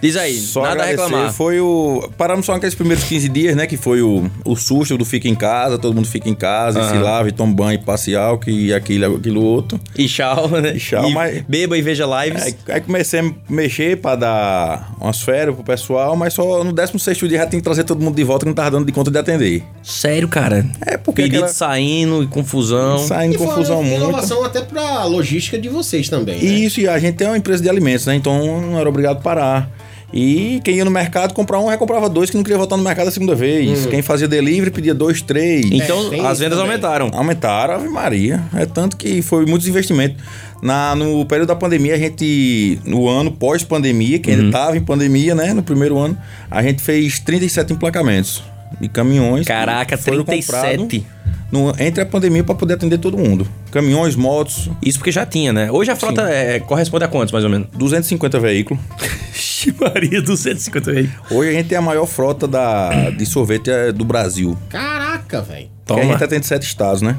Speaker 6: Diz aí,
Speaker 8: Só
Speaker 6: nada a
Speaker 8: agradecer.
Speaker 6: reclamar.
Speaker 8: Foi o. Paramos só naqueles primeiros 15 dias, né? Que foi o, o susto do fica em casa, todo mundo fica em casa, e se lava e toma banho parcial, que aquilo, aquilo outro.
Speaker 6: E tchau, né?
Speaker 8: E tchau,
Speaker 6: E
Speaker 8: mas- É
Speaker 6: Beba e veja lives.
Speaker 8: Aí, aí comecei a mexer pra dar umas férias pro pessoal, mas só no 16 dia já tinha que trazer todo mundo de volta que não tava dando de conta de atender.
Speaker 6: Sério, cara?
Speaker 8: É, porque
Speaker 6: Pedido
Speaker 8: aquela-
Speaker 6: saindo e confusão.
Speaker 8: Saindo
Speaker 3: E foi
Speaker 8: confusão
Speaker 3: uma
Speaker 8: muito.
Speaker 3: inovação até pra logística de vocês também. né?
Speaker 8: Isso, e a gente é uma empresa de alimentos, né? Então não era obrigado a parar. E quem ia no mercado comprar um, já comprava dois que não queria voltar no mercado a segunda vez. Quem fazia delivery pedia dois, três.
Speaker 6: Então,
Speaker 3: tem
Speaker 6: as
Speaker 3: isso
Speaker 6: vendas
Speaker 3: também.
Speaker 6: aumentaram.
Speaker 8: Aumentaram, Ave Maria. É tanto que foi muitos investimentos. Na, no período da pandemia, a gente, no ano pós-pandemia, que ainda estava em pandemia, né? No primeiro ano, a gente fez 37 emplacamentos de caminhões. que
Speaker 6: Caraca,
Speaker 8: foram
Speaker 6: 37.
Speaker 8: comprados No, entre a pandemia para poder atender todo mundo. Caminhões, motos,
Speaker 6: Isso porque já tinha, né? Hoje a frota é, corresponde a quantos, mais ou
Speaker 8: (laughs)
Speaker 6: menos?
Speaker 8: 250 veículos.
Speaker 6: Maria, 250 reais.
Speaker 8: Hoje a gente tem a maior frota da, de sorvete eh, do Brasil.
Speaker 3: Caraca, velho.
Speaker 8: Que a
Speaker 6: Toma.
Speaker 8: gente atende sete estados, né?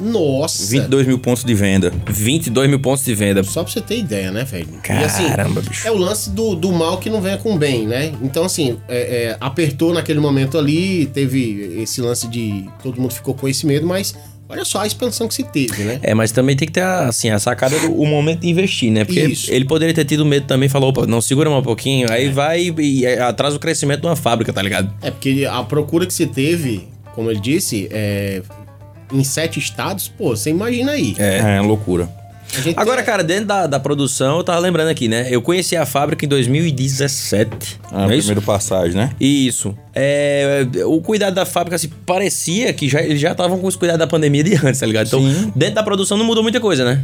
Speaker 3: Nossa.
Speaker 8: 22 mil pontos de venda.
Speaker 6: 22 mil pontos de venda.
Speaker 3: Só pra você ter ideia, né, velho? E assim,
Speaker 6: Caramba, bicho.
Speaker 3: é o lance do, do mal que não venha com bem, né? Então, assim, é, é, apertou naquele momento ali, teve esse lance de. Todo mundo ficou com esse medo, mas olha só a expansão que se teve, né?
Speaker 6: É, mas também tem que ter a, assim, a sacada do o momento de investir, né? Porque
Speaker 3: Isso.
Speaker 6: ele poderia ter tido medo também, falou, opa, não, segura mais um pouquinho,
Speaker 8: É.
Speaker 6: aí vai e, e atrasa o crescimento de uma fábrica, tá ligado?
Speaker 3: É, porque a procura que se teve, como ele disse, é, em sete estados, pô, você imagina aí.
Speaker 8: É, é uma loucura.
Speaker 3: A gente é-
Speaker 6: Agora,
Speaker 3: tem-
Speaker 6: cara, dentro da, da produção, eu tava lembrando aqui, né? Eu conheci a fábrica em 2017.
Speaker 8: Ah,
Speaker 6: não é isso?
Speaker 8: primeiro passagem, né?
Speaker 6: Isso. É, o cuidado da fábrica, assim, parecia que já, eles já estavam com os cuidados da pandemia de antes, tá ligado? Então, dentro da produção não mudou muita coisa, né?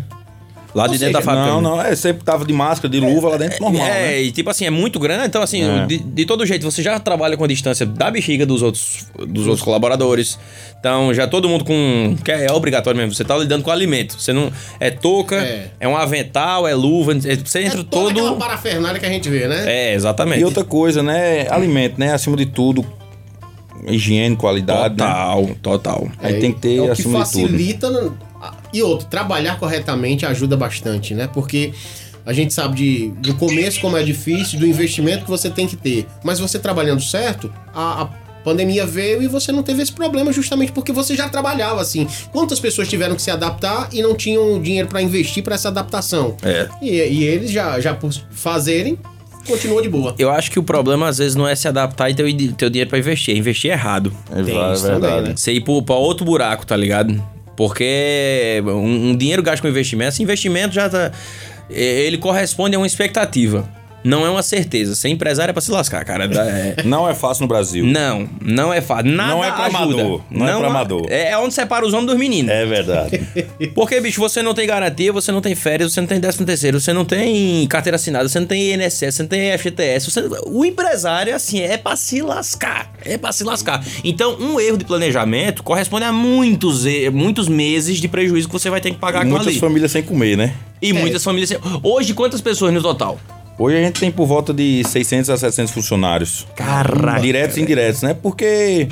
Speaker 6: Lá de
Speaker 8: Ou
Speaker 6: dentro da
Speaker 8: seja,
Speaker 6: fábrica.
Speaker 8: Não, não, é, sempre tava de máscara, de luva lá dentro, normal,
Speaker 6: é,
Speaker 8: né?
Speaker 6: e tipo assim, é muito grande, então assim,
Speaker 8: É.
Speaker 6: de, de todo jeito, você já trabalha com a distância da bexiga dos outros, dos outros colaboradores. Então, já todo mundo com. que é obrigatório mesmo, você tá lidando com alimento. Você não. É touca, é,
Speaker 3: É.
Speaker 6: um avental, é luva, é- você entra
Speaker 3: é toda aquela
Speaker 6: todo.
Speaker 3: parafernália que a gente vê, né?
Speaker 6: É, exatamente.
Speaker 8: E outra coisa, né? Alimento, né? Acima de tudo, higiene, qualidade, né?
Speaker 6: Total, total.
Speaker 8: Aí tem que ter
Speaker 3: é o que
Speaker 8: acima de tudo.
Speaker 3: facilita no- a- e outro trabalhar corretamente ajuda bastante né porque a gente sabe de do começo como é difícil do investimento que você tem que ter mas você trabalhando certo a, a pandemia veio e você não teve esse problema justamente porque você já trabalhava assim quantas pessoas tiveram que se adaptar e não tinham dinheiro pra investir pra essa adaptação
Speaker 6: É.
Speaker 3: e, e eles já já por fazerem continuou de boa
Speaker 6: Eu acho que o problema às vezes não é se adaptar e ter, o- ter o dinheiro pra investir, é investir errado.
Speaker 8: É
Speaker 3: Tem isso também,
Speaker 8: verdade.
Speaker 3: né?
Speaker 6: Você ir pro- pra outro buraco, tá ligado? Porque um, um dinheiro gasto com investimento, esse investimento já tá. e- Ele corresponde a uma expectativa. Não é uma certeza. Ser empresário é pra se lascar, cara. Dá-
Speaker 3: né?
Speaker 6: é-
Speaker 8: Não é fácil no Brasil.
Speaker 6: Não, não é fácil. Nada
Speaker 8: Não é pra
Speaker 6: ajuda.
Speaker 8: amador, não é pra
Speaker 6: há-
Speaker 8: amador.
Speaker 6: É, é onde separa os homens dos meninos.
Speaker 8: É verdade.
Speaker 6: Porque, bicho, você não tem garantia, você não tem férias, você não tem décimo terceiro, você não tem carteira assinada, você não tem INSS, você não tem FGTS. você- O empresário, assim, é pra se lascar. É pra se lascar. Então, um erro de planejamento corresponde a muitos, e- muitos meses de prejuízo que você vai ter que pagar Tá com
Speaker 8: Muitas
Speaker 6: ali.
Speaker 8: famílias sem comer, né?
Speaker 6: E muitas
Speaker 3: É.
Speaker 6: famílias... assim, Hoje, quantas pessoas no total?
Speaker 8: Hoje a gente tem por volta de 600 a 700 funcionários.
Speaker 6: Caraca,
Speaker 8: Diretos e indiretos, né? Porque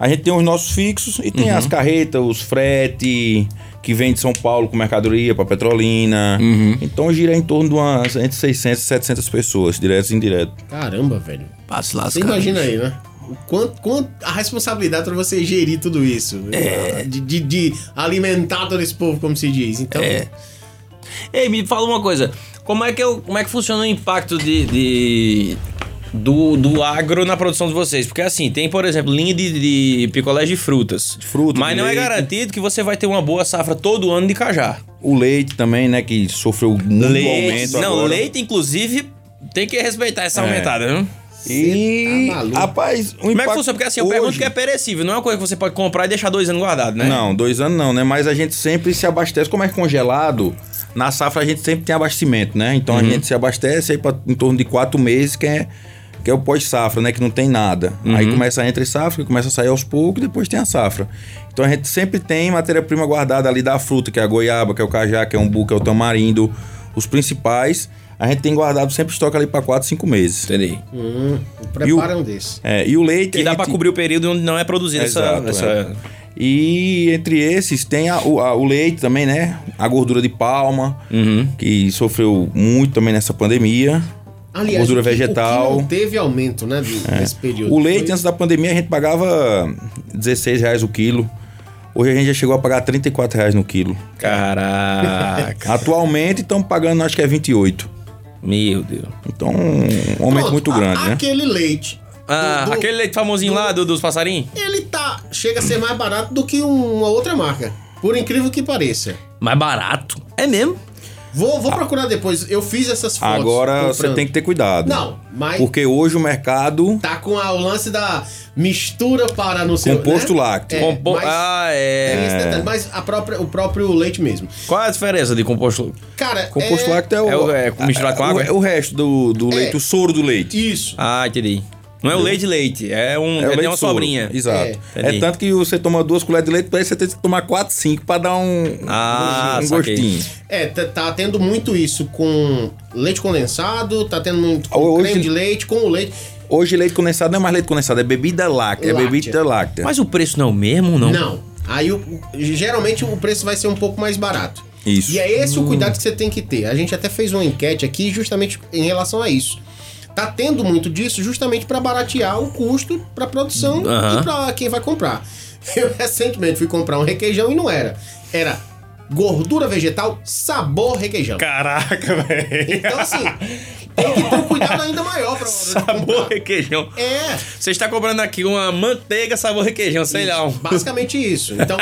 Speaker 8: a gente tem os nossos fixos e
Speaker 6: Uhum.
Speaker 8: tem as carretas, os frete, que vem de São Paulo com mercadoria para Petrolina.
Speaker 6: Uhum.
Speaker 8: Então gira em torno de umas entre 600 e 700 pessoas, diretos e indiretos.
Speaker 3: caramba velho
Speaker 6: Pra se
Speaker 3: Você
Speaker 6: lascar.
Speaker 3: imagina aí, né? O Quanto, quanto a responsabilidade pra você gerir tudo isso.
Speaker 8: É.
Speaker 3: De, de- de alimentar todo esse povo, como se diz. Então,
Speaker 8: É.
Speaker 6: Ei, me fala uma coisa. Como é que, eu, como é que funciona o impacto de, de- do, do agro na produção de vocês? Porque assim, tem, por exemplo, linha de, de picolés de frutas. De
Speaker 8: fruta,
Speaker 6: Mas
Speaker 8: de
Speaker 6: não é
Speaker 8: leite.
Speaker 6: garantido que você vai ter uma boa safra todo ano de cajá.
Speaker 8: O leite também, né? Que sofreu muito aumento
Speaker 6: Não,
Speaker 8: agora.
Speaker 6: leite, inclusive, tem que respeitar essa
Speaker 8: É.
Speaker 6: aumentada, né?
Speaker 8: E,
Speaker 3: Tá maluco.
Speaker 8: rapaz, o
Speaker 6: Como é que
Speaker 8: impacto
Speaker 6: funciona? Porque assim, eu
Speaker 8: hoje-
Speaker 6: pergunto que é perecível. Não é uma coisa que você pode comprar e deixar dois anos guardado, né?
Speaker 8: Não, dois anos não, né? Mas a gente sempre se abastece. Como é congelado, na safra a gente sempre tem abastecimento, né? Então
Speaker 6: Uhum.
Speaker 8: a gente se abastece aí pra, em torno de quatro meses, que é, que é o pós-safra, né? Que não tem nada.
Speaker 6: Uhum.
Speaker 8: Aí começa a entre safra, que começa a sair aos poucos, e depois tem a safra. Então a gente sempre tem matéria-prima guardada ali da fruta, que é a goiaba, que é o cajá, que é o umbu, que é o tamarindo. Os principais, a gente tem guardado sempre estoque ali pra quatro, cinco meses.
Speaker 6: Entendi.
Speaker 3: hum, prepara um desse.
Speaker 8: É, e o leite...
Speaker 6: Que
Speaker 8: a
Speaker 6: dá pra
Speaker 8: gente-
Speaker 6: cobrir o período onde não é produzida essa.
Speaker 8: Exato,
Speaker 6: essa-
Speaker 8: é. E entre esses tem a- o, a- o leite também, né? A gordura de palma,
Speaker 6: Uhum.
Speaker 8: que sofreu muito também nessa pandemia. gordura
Speaker 3: o que- o que
Speaker 8: vegetal. É.
Speaker 3: não teve aumento, né, do- nesse período.
Speaker 8: O leite um
Speaker 3: Foi-
Speaker 8: antes da pandemia a gente pagava R$16,00 reais o quilo. Hoje a gente já chegou a pagar R$34,00 reais no quilo.
Speaker 6: Caraca.
Speaker 8: Atualmente estamos pagando, acho que é 28.
Speaker 6: Meu
Speaker 8: (laughs)
Speaker 6: Deus.
Speaker 8: Então, um aumento
Speaker 3: Pronto,
Speaker 8: muito
Speaker 3: a-
Speaker 8: grande, né?
Speaker 3: Aquele leite.
Speaker 6: Ah,
Speaker 3: do- do-
Speaker 6: aquele leite famosinho lá do- dos passarinhos?
Speaker 3: Ele tá. Chega a ser mais barato do que um, uma outra marca. Por incrível que pareça.
Speaker 6: Mais barato. É mesmo?
Speaker 3: Vou, vou procurar depois. Eu fiz essas fotos.
Speaker 8: Ah. Agora você tem que ter cuidado.
Speaker 3: Não, mas-
Speaker 8: Porque hoje o mercado...
Speaker 3: Tá com a- o lance da mistura para não sei
Speaker 8: Composto lácteo.
Speaker 6: Compo-
Speaker 3: É, mas-
Speaker 6: Ah,
Speaker 3: Tem
Speaker 6: é.
Speaker 3: esse detalhe, mas a própria, o próprio leite mesmo.
Speaker 6: Qual é a diferença de composto?
Speaker 3: Cara,
Speaker 8: Composto
Speaker 3: é...
Speaker 8: lácteo é
Speaker 6: é
Speaker 8: o...
Speaker 6: o- é misturado com água,
Speaker 8: o-
Speaker 6: é?
Speaker 8: O, resto do, do leite, o soro do leite.
Speaker 3: Isso.
Speaker 6: Ah, entendi. Não é o leite leite, é um. É,
Speaker 8: o
Speaker 6: tem
Speaker 8: leite
Speaker 6: uma
Speaker 8: soro.
Speaker 6: sobrinha.
Speaker 8: Exato.
Speaker 6: É.
Speaker 8: É.
Speaker 6: Entendi.
Speaker 8: tanto que você toma duas colheres de leite, parece que você tem que tomar quatro, cinco pra dar um,
Speaker 6: Ah,
Speaker 8: um
Speaker 6: saquei.
Speaker 8: gostinho.
Speaker 3: É, tá, tá tendo muito isso com leite condensado, tá tendo muito com
Speaker 8: Ah, Hoje-
Speaker 3: creme de leite, com o leite.
Speaker 8: Hoje leite condensado não é mais leite condensado, é bebida láctea. É
Speaker 3: Láctea.
Speaker 8: bebida láctea.
Speaker 6: Mas o preço não é o mesmo, não?
Speaker 3: Não. Aí, o- geralmente, o preço vai ser um pouco mais barato.
Speaker 8: Isso.
Speaker 3: E é esse o cuidado que você tem que ter. A gente até fez uma enquete aqui justamente em relação a isso. Tá tendo muito disso justamente pra baratear o custo pra produção
Speaker 6: Aham.
Speaker 3: e pra quem vai comprar. (laughs) Eu recentemente fui comprar um requeijão e não era. Era gordura vegetal, sabor requeijão.
Speaker 4: Caraca, velho.
Speaker 3: Então, assim, tem que ter um cuidado ainda maior
Speaker 6: (laughs)
Speaker 3: pra hora de
Speaker 6: Sabor
Speaker 3: comprar.
Speaker 6: requeijão.
Speaker 3: É,
Speaker 6: Você está comprando aqui uma manteiga sabor requeijão, sei lá. Um... (laughs)
Speaker 3: basicamente isso. Então,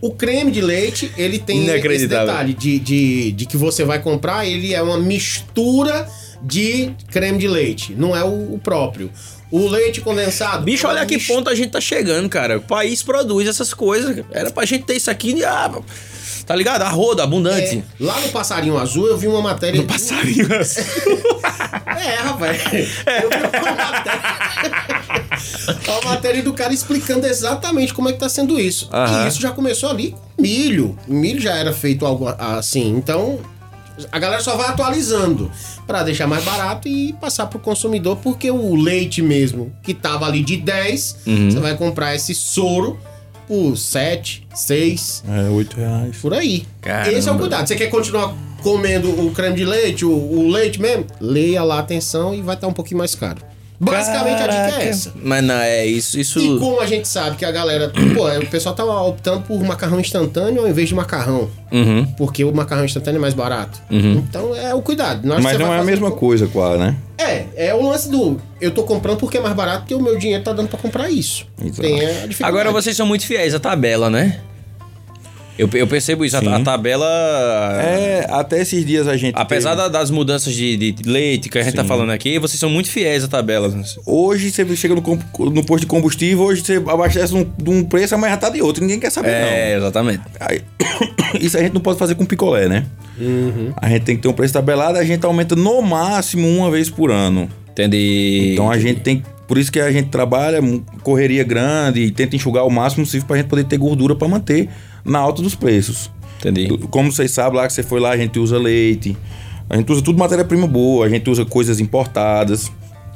Speaker 3: O creme de leite, ele tem esse
Speaker 6: Inacreditável.
Speaker 3: detalhe de, de, de que você vai comprar, ele é uma mistura de creme de leite, não é o, o próprio. O leite condensado.
Speaker 6: Bicho,
Speaker 3: é uma
Speaker 6: olha que
Speaker 3: mistura-
Speaker 6: ponto a gente tá chegando, cara. O país produz essas coisas. Era pra gente ter isso aqui de. Ah, tá ligado? A roda, abundante. Tá
Speaker 3: É, lá no Passarinho Azul eu vi uma matéria. um
Speaker 6: No passarinho.
Speaker 3: É, rapaz. Eu vi uma matéria. uma matéria do cara explicando exatamente como é que tá sendo isso.
Speaker 6: Aham.
Speaker 3: E isso já começou ali com milho. O milho já era feito algo assim. Então, a galera só vai atualizando pra deixar mais barato e passar pro consumidor, porque o leite mesmo, que tava ali de 10, você vai comprar esse soro por 7, 6,
Speaker 8: É, 8 reais.
Speaker 3: por aí. Esse é o cuidado. Você quer continuar comendo o creme de leite, o, o leite mesmo? Leia lá, atenção, e vai estar um pouquinho mais caro. Basicamente a dica é essa.
Speaker 6: Mas não, é isso.
Speaker 3: E
Speaker 6: Isso.
Speaker 3: como a gente sabe que a galera, pô, o pessoal tá optando por macarrão instantâneo ao invés de macarrão.
Speaker 6: Uhum.
Speaker 3: Porque o macarrão instantâneo é mais barato. Então é o cuidado. Na hora que
Speaker 8: Uhum. Mas
Speaker 3: você
Speaker 8: não
Speaker 3: vai
Speaker 8: é a
Speaker 3: fazer
Speaker 8: mesma
Speaker 3: com-
Speaker 8: coisa, quase, né?
Speaker 3: É, é o lance do. Eu tô comprando porque é mais barato, porque o meu dinheiro tá dando pra comprar isso.
Speaker 8: Exato.
Speaker 3: Tem a dificuldade.
Speaker 6: Agora vocês são muito fiéis à tabela, né? Eu, eu percebo isso. A,
Speaker 8: Sim.
Speaker 6: a tabela.
Speaker 8: É, até esses dias a gente.
Speaker 6: Apesar
Speaker 8: teve-
Speaker 6: da- das mudanças de, de leite que a gente tá falando aqui, vocês são muito fiéis à tabela.
Speaker 8: Hoje você chega no, com- no posto de combustível, hoje você abastece um- de um preço, mas já tá de outro. Ninguém quer saber, não.
Speaker 6: É, exatamente.
Speaker 8: Aí- (coughs) isso a gente não pode fazer com picolé, né?
Speaker 3: Uhum.
Speaker 8: A gente tem que ter um preço tabelado, a gente aumenta no máximo uma vez por ano.
Speaker 6: Entendi.
Speaker 8: Então a gente tem. Por isso que a gente trabalha, mu- correria grande e tenta enxugar o máximo possível pra gente poder ter gordura pra manter na alta dos preços.
Speaker 6: Entendi.
Speaker 8: Do- Como vocês sabem, lá que você foi lá, a gente usa leite, a gente usa tudo matéria-prima boa, a gente usa coisas importadas.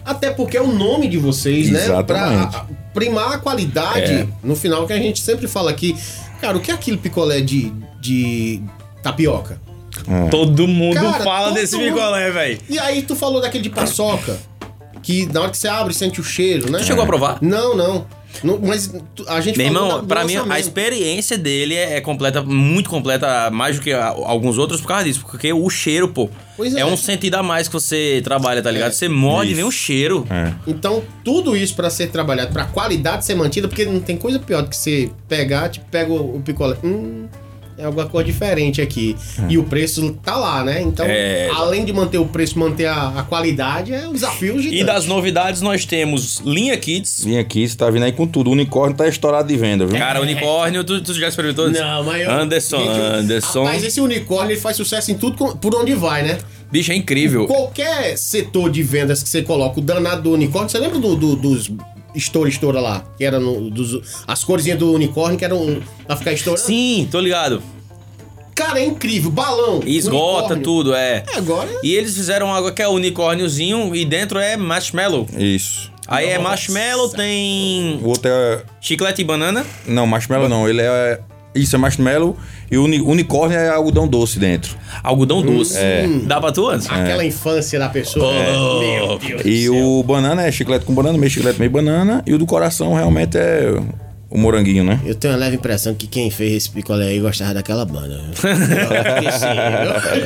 Speaker 3: Até porque é o nome de vocês, né?
Speaker 8: Exatamente.
Speaker 3: Pra a- primar a qualidade no final, que a gente sempre fala aqui. Cara, o que é aquele picolé de, de tapioca?
Speaker 8: é.
Speaker 6: Todo mundo
Speaker 3: Cara,
Speaker 6: fala
Speaker 3: todo
Speaker 6: desse
Speaker 3: mundo-
Speaker 6: picolé, velho.
Speaker 3: E aí tu falou daquele de paçoca, que na hora que você abre, sente o cheiro, né?
Speaker 6: Tu chegou a provar?
Speaker 3: Não, não. Não, mas tu- a gente
Speaker 6: Meu
Speaker 3: falou
Speaker 6: irmão,
Speaker 3: da- do
Speaker 6: pra mim, a
Speaker 3: lançamento.
Speaker 6: experiência dele é é completa, muito completa, mais do que a- alguns outros por causa disso. Porque o cheiro, pô,
Speaker 3: Pois
Speaker 6: é,
Speaker 3: é.
Speaker 6: um sentido a mais que você trabalha, tá ligado? Você morde e vê o cheiro.
Speaker 8: É.
Speaker 3: Então, tudo isso pra ser trabalhado, pra qualidade ser mantida, porque não tem coisa pior do que você pegar, tipo, pega o, o picolé. Hum, é alguma coisa diferente aqui. E o preço tá lá, né? Então,
Speaker 6: É.
Speaker 3: além de manter o preço, manter a, a qualidade, é um desafio gigante.
Speaker 6: E das novidades, nós temos Linha Kids.
Speaker 8: Vim aqui, você tá vindo aí com tudo. O unicórnio tá estourado de venda, viu?
Speaker 6: Cara, unicórnio, tu, tu já experimentou? isso?
Speaker 3: Não, mas eu-
Speaker 6: Anderson,
Speaker 3: Gente, eu-
Speaker 6: Anderson.
Speaker 3: Rapaz, esse unicórnio ele faz sucesso em tudo com- por onde vai, né?
Speaker 6: Bicho, é incrível.
Speaker 3: Qualquer setor de vendas que você coloca o danado do unicórnio, você lembra do, do- dos estoura estoura lá? Que era no, dos, as corzinhas do unicórnio que eram pra ficar estourando?
Speaker 6: Sim, tô ligado.
Speaker 3: Cara, é incrível. Balão.
Speaker 6: E esgota
Speaker 3: unicórnio.
Speaker 6: tudo, é.
Speaker 3: É, Agora.
Speaker 6: E eles fizeram algo que é unicórniozinho e dentro é marshmallow.
Speaker 8: Isso.
Speaker 6: Aí é marshmallow, tem
Speaker 8: O outro é.
Speaker 6: chiclete e banana.
Speaker 8: Não, marshmallow não. Ele é. Isso é marshmallow e o uni- unicórnio é algodão doce dentro.
Speaker 6: Algodão
Speaker 3: Hum.
Speaker 6: doce. Dá pra tu, Anderson?
Speaker 3: Aquela infância da pessoa. né?
Speaker 6: Oh.
Speaker 3: Meu Deus.
Speaker 8: E o banana é chiclete com banana, meio chiclete, meio banana. E o do coração realmente é o moranguinho, né?
Speaker 2: Eu tenho uma leve impressão que quem fez esse picolé aí gostava daquela banda.
Speaker 3: (laughs)
Speaker 2: viu?
Speaker 6: (laughs)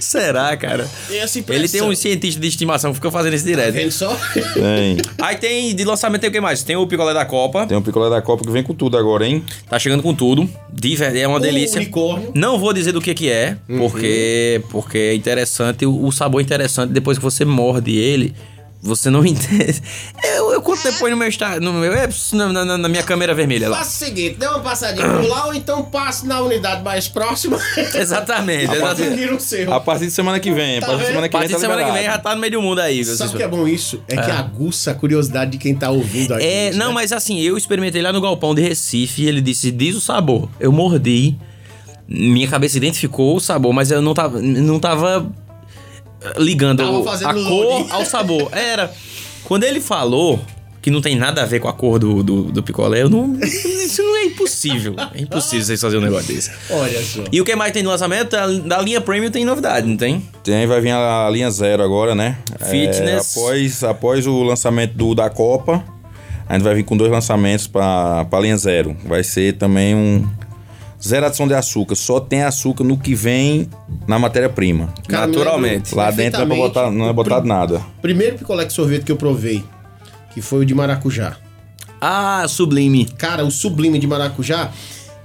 Speaker 6: Será, cara?
Speaker 3: Essa
Speaker 6: Ele
Speaker 3: impressão.
Speaker 6: tem um cientista de estimação que fica fazendo isso direto.
Speaker 3: Vendo só?
Speaker 8: Tem.
Speaker 6: Aí tem, de lançamento tem o que mais? Tem o picolé da Copa,
Speaker 8: Tem um picolé da Copa que vem com tudo agora, hein?
Speaker 6: tá chegando com tudo. De verdade, é (laughs) uma delícia.
Speaker 3: Um unicórnio.
Speaker 6: Não vou dizer do que que é, porque porque é interessante, o o sabor é interessante depois que você morde ele. Você não (laughs) entende. Eu, eu conto depois no meu Insta- no meu, é, na, na- na minha câmera vermelha lá.
Speaker 3: Faça o seguinte: dê uma passadinha
Speaker 6: (coughs)
Speaker 3: por lá ou então passe na unidade mais
Speaker 6: (laughs)
Speaker 3: próxima.
Speaker 6: Exatamente, exatamente.
Speaker 3: Vira o seu.
Speaker 8: A partir de semana que vem. A
Speaker 3: Tá
Speaker 8: partir de
Speaker 3: vendo?
Speaker 8: semana
Speaker 6: A
Speaker 8: que vem
Speaker 6: partir
Speaker 8: tá
Speaker 6: de semana que vem já
Speaker 8: liberado.
Speaker 6: tá no meio do mundo aí. vocês
Speaker 3: Sabe o que é bom isso? É que aguça a curiosidade de quem tá ouvindo aqui.
Speaker 6: É,
Speaker 3: isso,
Speaker 6: não,
Speaker 3: né?
Speaker 6: mas assim, eu experimentei lá no galpão de Recife, ele disse, diz o sabor. Eu mordi, minha cabeça identificou o sabor, mas eu não tava, não tava eh, ligando
Speaker 3: Tava
Speaker 6: a
Speaker 3: fazendo
Speaker 6: cor
Speaker 3: loading.
Speaker 6: ao sabor. Era, quando ele falou que não tem nada a ver com a cor do, do, do picolé, eu não... Isso é impossível, é impossível vocês fazerem um negócio desse.
Speaker 3: Olha só.
Speaker 6: E o que mais tem no lançamento? A- Da linha Premium tem novidade, não tem?
Speaker 8: Tem, vai vir a linha zero agora, né?
Speaker 6: Fitness.
Speaker 8: É, após, após o lançamento do, da Copa, a gente vai vir com dois lançamentos pra, pra linha zero. Vai ser também um. Zero adição de açúcar. Só tem açúcar no que vem na matéria-prima.
Speaker 3: Cara,
Speaker 6: Naturalmente.
Speaker 3: eu
Speaker 8: Lá dentro não é, pra
Speaker 3: perfeitamente
Speaker 8: botar, não é
Speaker 3: o
Speaker 8: botado
Speaker 3: prim-
Speaker 8: nada.
Speaker 3: Primeiro picolé de sorvete que eu provei, que foi o de maracujá.
Speaker 6: Ah, Sublime.
Speaker 3: Cara, o sublime de maracujá,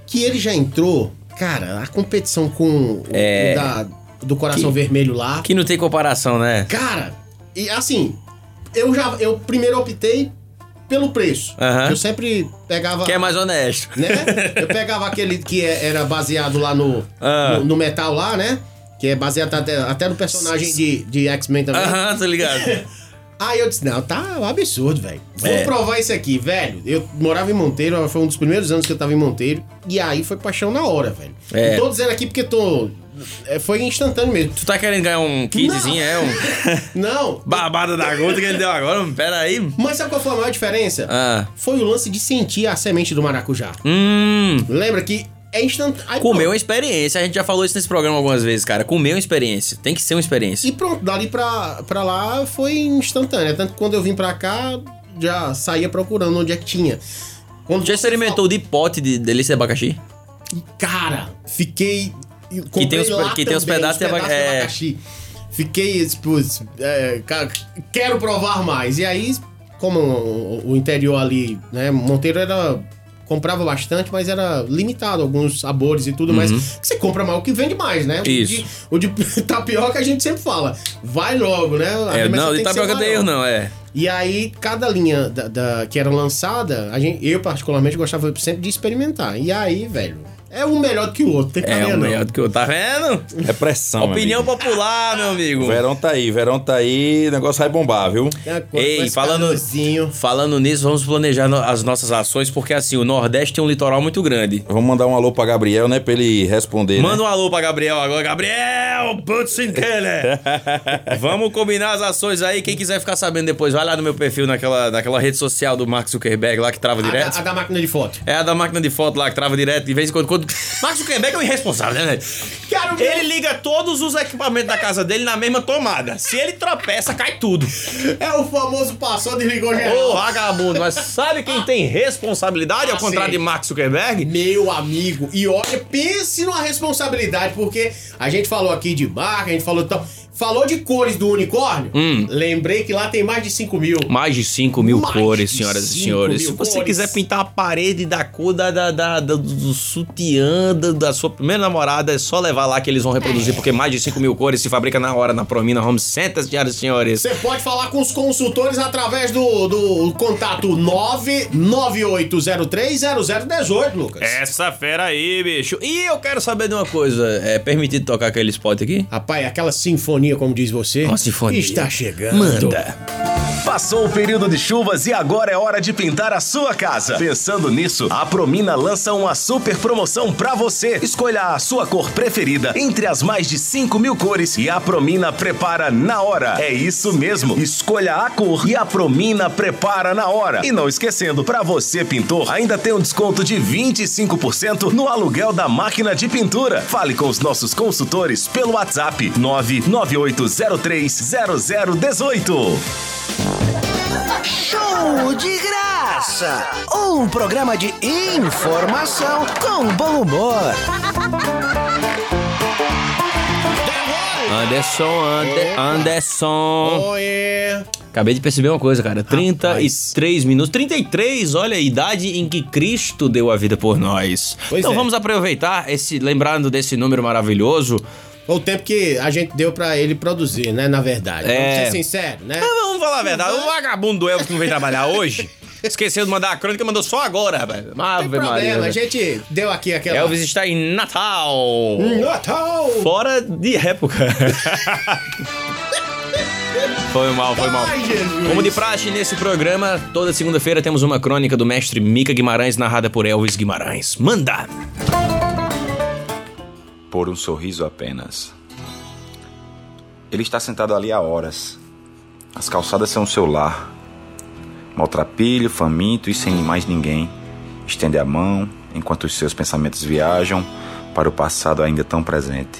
Speaker 3: que ele já entrou, cara, a competição com o- o da- do Coração Vermelho lá.
Speaker 6: É. Que não tem comparação, né?
Speaker 3: Cara, e assim, eu já. Eu primeiro optei pelo preço.
Speaker 6: Aham.
Speaker 3: Eu sempre pegava.
Speaker 6: Que é mais honesto.
Speaker 3: né? Eu pegava aquele que é- era baseado lá no,
Speaker 6: Ah.
Speaker 3: no, no metal lá, né? Que é baseado até, até no personagem de, de X-Men também.
Speaker 6: Aham, tá ligado?
Speaker 3: Aí eu disse, não, tá um absurdo, velho. Vou
Speaker 6: É.
Speaker 3: provar isso aqui, velho. Eu morava em Monteiro, foi um dos primeiros anos que eu tava em Monteiro. E aí foi paixão na hora, velho.
Speaker 6: É.
Speaker 3: Não tô dizendo aqui porque tô... é, Foi instantâneo mesmo.
Speaker 6: Tu tá querendo ganhar um kitzinho, é? (laughs) Um
Speaker 3: Não,
Speaker 6: babada da gota que ele deu agora? Pera aí.
Speaker 3: mas sabe qual foi a maior diferença?
Speaker 6: Ah.
Speaker 3: Foi o lance de sentir a semente do maracujá.
Speaker 6: Hum.
Speaker 3: Lembra que é instantâneo.
Speaker 6: Comer é uma experiência. A gente já falou isso nesse programa algumas vezes, cara. Comer é uma experiência. Tem que ser uma experiência.
Speaker 3: E pronto, dali pra, pra lá foi instantânea. Tanto que quando eu vim pra cá, já saía procurando onde é que tinha. Quando você
Speaker 6: Já experimentou o de pote de delícia de abacaxi?
Speaker 3: fala, Cara, fiquei. eu
Speaker 6: Que tem
Speaker 3: comprei
Speaker 6: os-
Speaker 3: lá
Speaker 6: que tem os
Speaker 3: também,
Speaker 6: pedaços de aba- é.
Speaker 3: abacaxi. Fiquei, tipo, é, cara, quero provar mais. E aí, como o, o interior ali, né? Monteiro era. Comprava bastante, mas era limitado, alguns sabores e tudo mais. Você compra mais o que vende mais, né? O de-
Speaker 6: Uhum. Isso.
Speaker 3: O de, (laughs) tapioca a gente sempre fala. Vai logo, né? A
Speaker 6: É,
Speaker 3: remessa
Speaker 6: não,
Speaker 3: tem
Speaker 6: de
Speaker 3: que ser
Speaker 6: tapioca tem
Speaker 3: maior.
Speaker 6: erro, não, é.
Speaker 3: E aí, cada linha da, da- que era lançada, a gente, eu particularmente gostava sempre de experimentar. E aí, velho, é um melhor do que o outro, tem que
Speaker 6: É
Speaker 3: saber,
Speaker 6: o
Speaker 3: não.
Speaker 6: melhor do que eu. Tá vendo?
Speaker 8: É pressão, meu
Speaker 6: Opinião
Speaker 8: amigo.
Speaker 6: popular, meu amigo.
Speaker 8: O verão tá aí, o verão tá aí, o negócio vai bombar, viu?
Speaker 3: Tem uma coisa com
Speaker 6: Ei,
Speaker 3: esse
Speaker 6: falando,
Speaker 3: calorzinho.
Speaker 6: falando nisso, vamos planejar no- as nossas ações, porque assim, o Nordeste tem um litoral muito grande.
Speaker 8: Vamos mandar um alô pra Gabriel, né? Pra ele responder.
Speaker 6: Manda um alô pra Gabriel agora. Gabriel
Speaker 3: (laughs)
Speaker 6: Butzenkeller!
Speaker 8: né?
Speaker 6: Vamos combinar as ações aí. Quem quiser ficar sabendo depois, vai lá no meu perfil, naquela, naquela rede social do Mark Zuckerberg lá que trava
Speaker 3: A, Ah, da-
Speaker 6: direto.
Speaker 3: a da máquina de foto.
Speaker 6: É a da máquina de foto lá que trava direto de vez em quando. quando... Mark Zuckerberg é um irresponsável, né?
Speaker 3: Cara,
Speaker 6: velho? Ele liga todos os equipamentos da casa dele na mesma tomada. Se ele tropeça, cai tudo.
Speaker 3: É o famoso passou, desligou
Speaker 6: Ô,
Speaker 3: geral.
Speaker 6: vagabundo, mas sabe quem tem responsabilidade, ao
Speaker 3: Ah,
Speaker 6: contrário
Speaker 3: sim.
Speaker 6: de Mark Zuckerberg?
Speaker 3: Meu amigo, e olha, pense numa responsabilidade, porque a gente falou aqui de marca, a gente falou tal. Falou de cores do unicórnio?
Speaker 6: Hum.
Speaker 3: Lembrei que lá tem mais de 5 mil.
Speaker 6: Mais de 5 mil
Speaker 3: Mais
Speaker 6: cores,
Speaker 3: de
Speaker 6: senhoras e
Speaker 3: cinco
Speaker 6: senhores.
Speaker 3: mil
Speaker 6: Se você
Speaker 3: cores.
Speaker 6: quiser pintar a parede da cor da, da, da- da- do sutiã da, da sua primeira namorada, é só levar lá que eles vão reproduzir, porque mais de 5 mil cores se fabrica na hora na Promina Home Center, senhoras e senhores.
Speaker 3: Você pode falar com os consultores através do, do contato 998030018, Lucas.
Speaker 6: Essa fera aí, bicho. E eu quero saber de uma coisa. É permitido tocar aquele spot aqui?
Speaker 3: Rapaz, aquela sinfonia, como diz você,
Speaker 6: Uma sinfonia.
Speaker 3: está chegando.
Speaker 6: Manda.
Speaker 7: Passou o período de chuvas e agora é hora de pintar a sua casa. Pensando nisso, a Promina lança uma super promoção pra você. Escolha a sua cor preferida entre as mais de 5 mil cores e a Promina prepara na hora. É isso mesmo. Escolha a cor e a Promina prepara na hora. E não esquecendo, pra você pintor, ainda tem um desconto de 25% no aluguel da máquina de pintura. Fale com os nossos consultores pelo WhatsApp 998030018.
Speaker 1: Show de graça! Um programa de informação com bom humor.
Speaker 6: Anderson, Ander- Anderson.
Speaker 3: Oê.
Speaker 6: Acabei de perceber uma coisa, cara. 33 minutos. 33, olha a idade em que Cristo deu a vida por nós.
Speaker 3: Pois
Speaker 6: então
Speaker 3: é.
Speaker 6: vamos aproveitar esse lembrando desse número maravilhoso.
Speaker 3: Foi O tempo que a gente deu pra ele produzir, né, na verdade.
Speaker 6: É.
Speaker 3: Vamos ser sincero, né?
Speaker 6: Ah, vamos falar a verdade. O vagabundo do Elvis que não veio trabalhar (laughs) hoje esqueceu de mandar a crônica, mandou só agora, rapaz.
Speaker 3: Não tem
Speaker 6: Ave
Speaker 3: problema,
Speaker 6: Maria.
Speaker 3: a gente deu aqui aquela...
Speaker 6: Elvis está em Natal.
Speaker 3: Natal!
Speaker 6: Hum. Fora de (laughs) época. foi mal, foi mal.
Speaker 3: Ai, Jesus.
Speaker 6: Como de praxe nesse programa, toda segunda-feira temos uma crônica do mestre Mica Guimarães narrada por Elvis Guimarães. Manda!
Speaker 9: por um sorriso apenas. Ele está sentado ali há horas. As calçadas são o seu lar. Maltrapilho, faminto e sem mais ninguém. Estende a mão enquanto os seus pensamentos viajam para o passado ainda tão presente.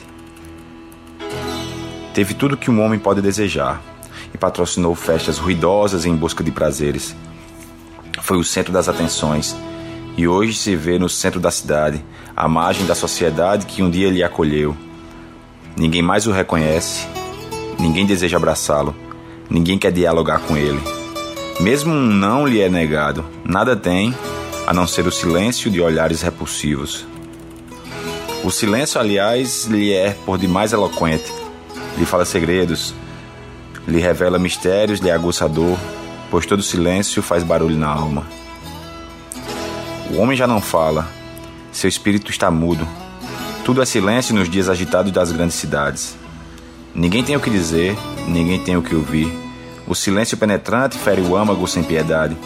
Speaker 9: Teve tudo que um homem pode desejar e patrocinou festas ruidosas em busca de prazeres. Foi o centro das atenções e hoje se vê no centro da cidade, à margem da sociedade que um dia lhe acolheu. Ninguém mais o reconhece, ninguém deseja abraçá-lo, ninguém quer dialogar com ele. Mesmo um não lhe é negado, nada tem a não ser o silêncio de olhares repulsivos. O silêncio, aliás, lhe é por demais eloquente. Lhe fala segredos, lhe revela mistérios, lhe aguça a dor, pois todo silêncio faz barulho na alma. O homem já não fala, seu espírito está mudo. Tudo é silêncio nos dias agitados das grandes cidades. Ninguém tem o que dizer, ninguém tem o que ouvir. O silêncio penetrante fere o âmago sem piedade.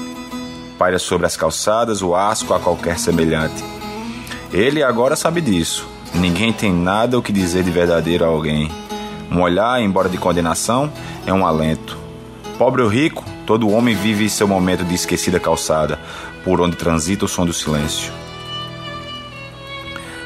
Speaker 9: Paira sobre as calçadas o asco a qualquer semelhante. Ele agora sabe disso. Ninguém tem nada o que dizer de verdadeiro a alguém. Um olhar, embora de condenação, é um alento. Pobre ou rico, todo homem vive seu momento de esquecida calçada, por onde transita o som do silêncio.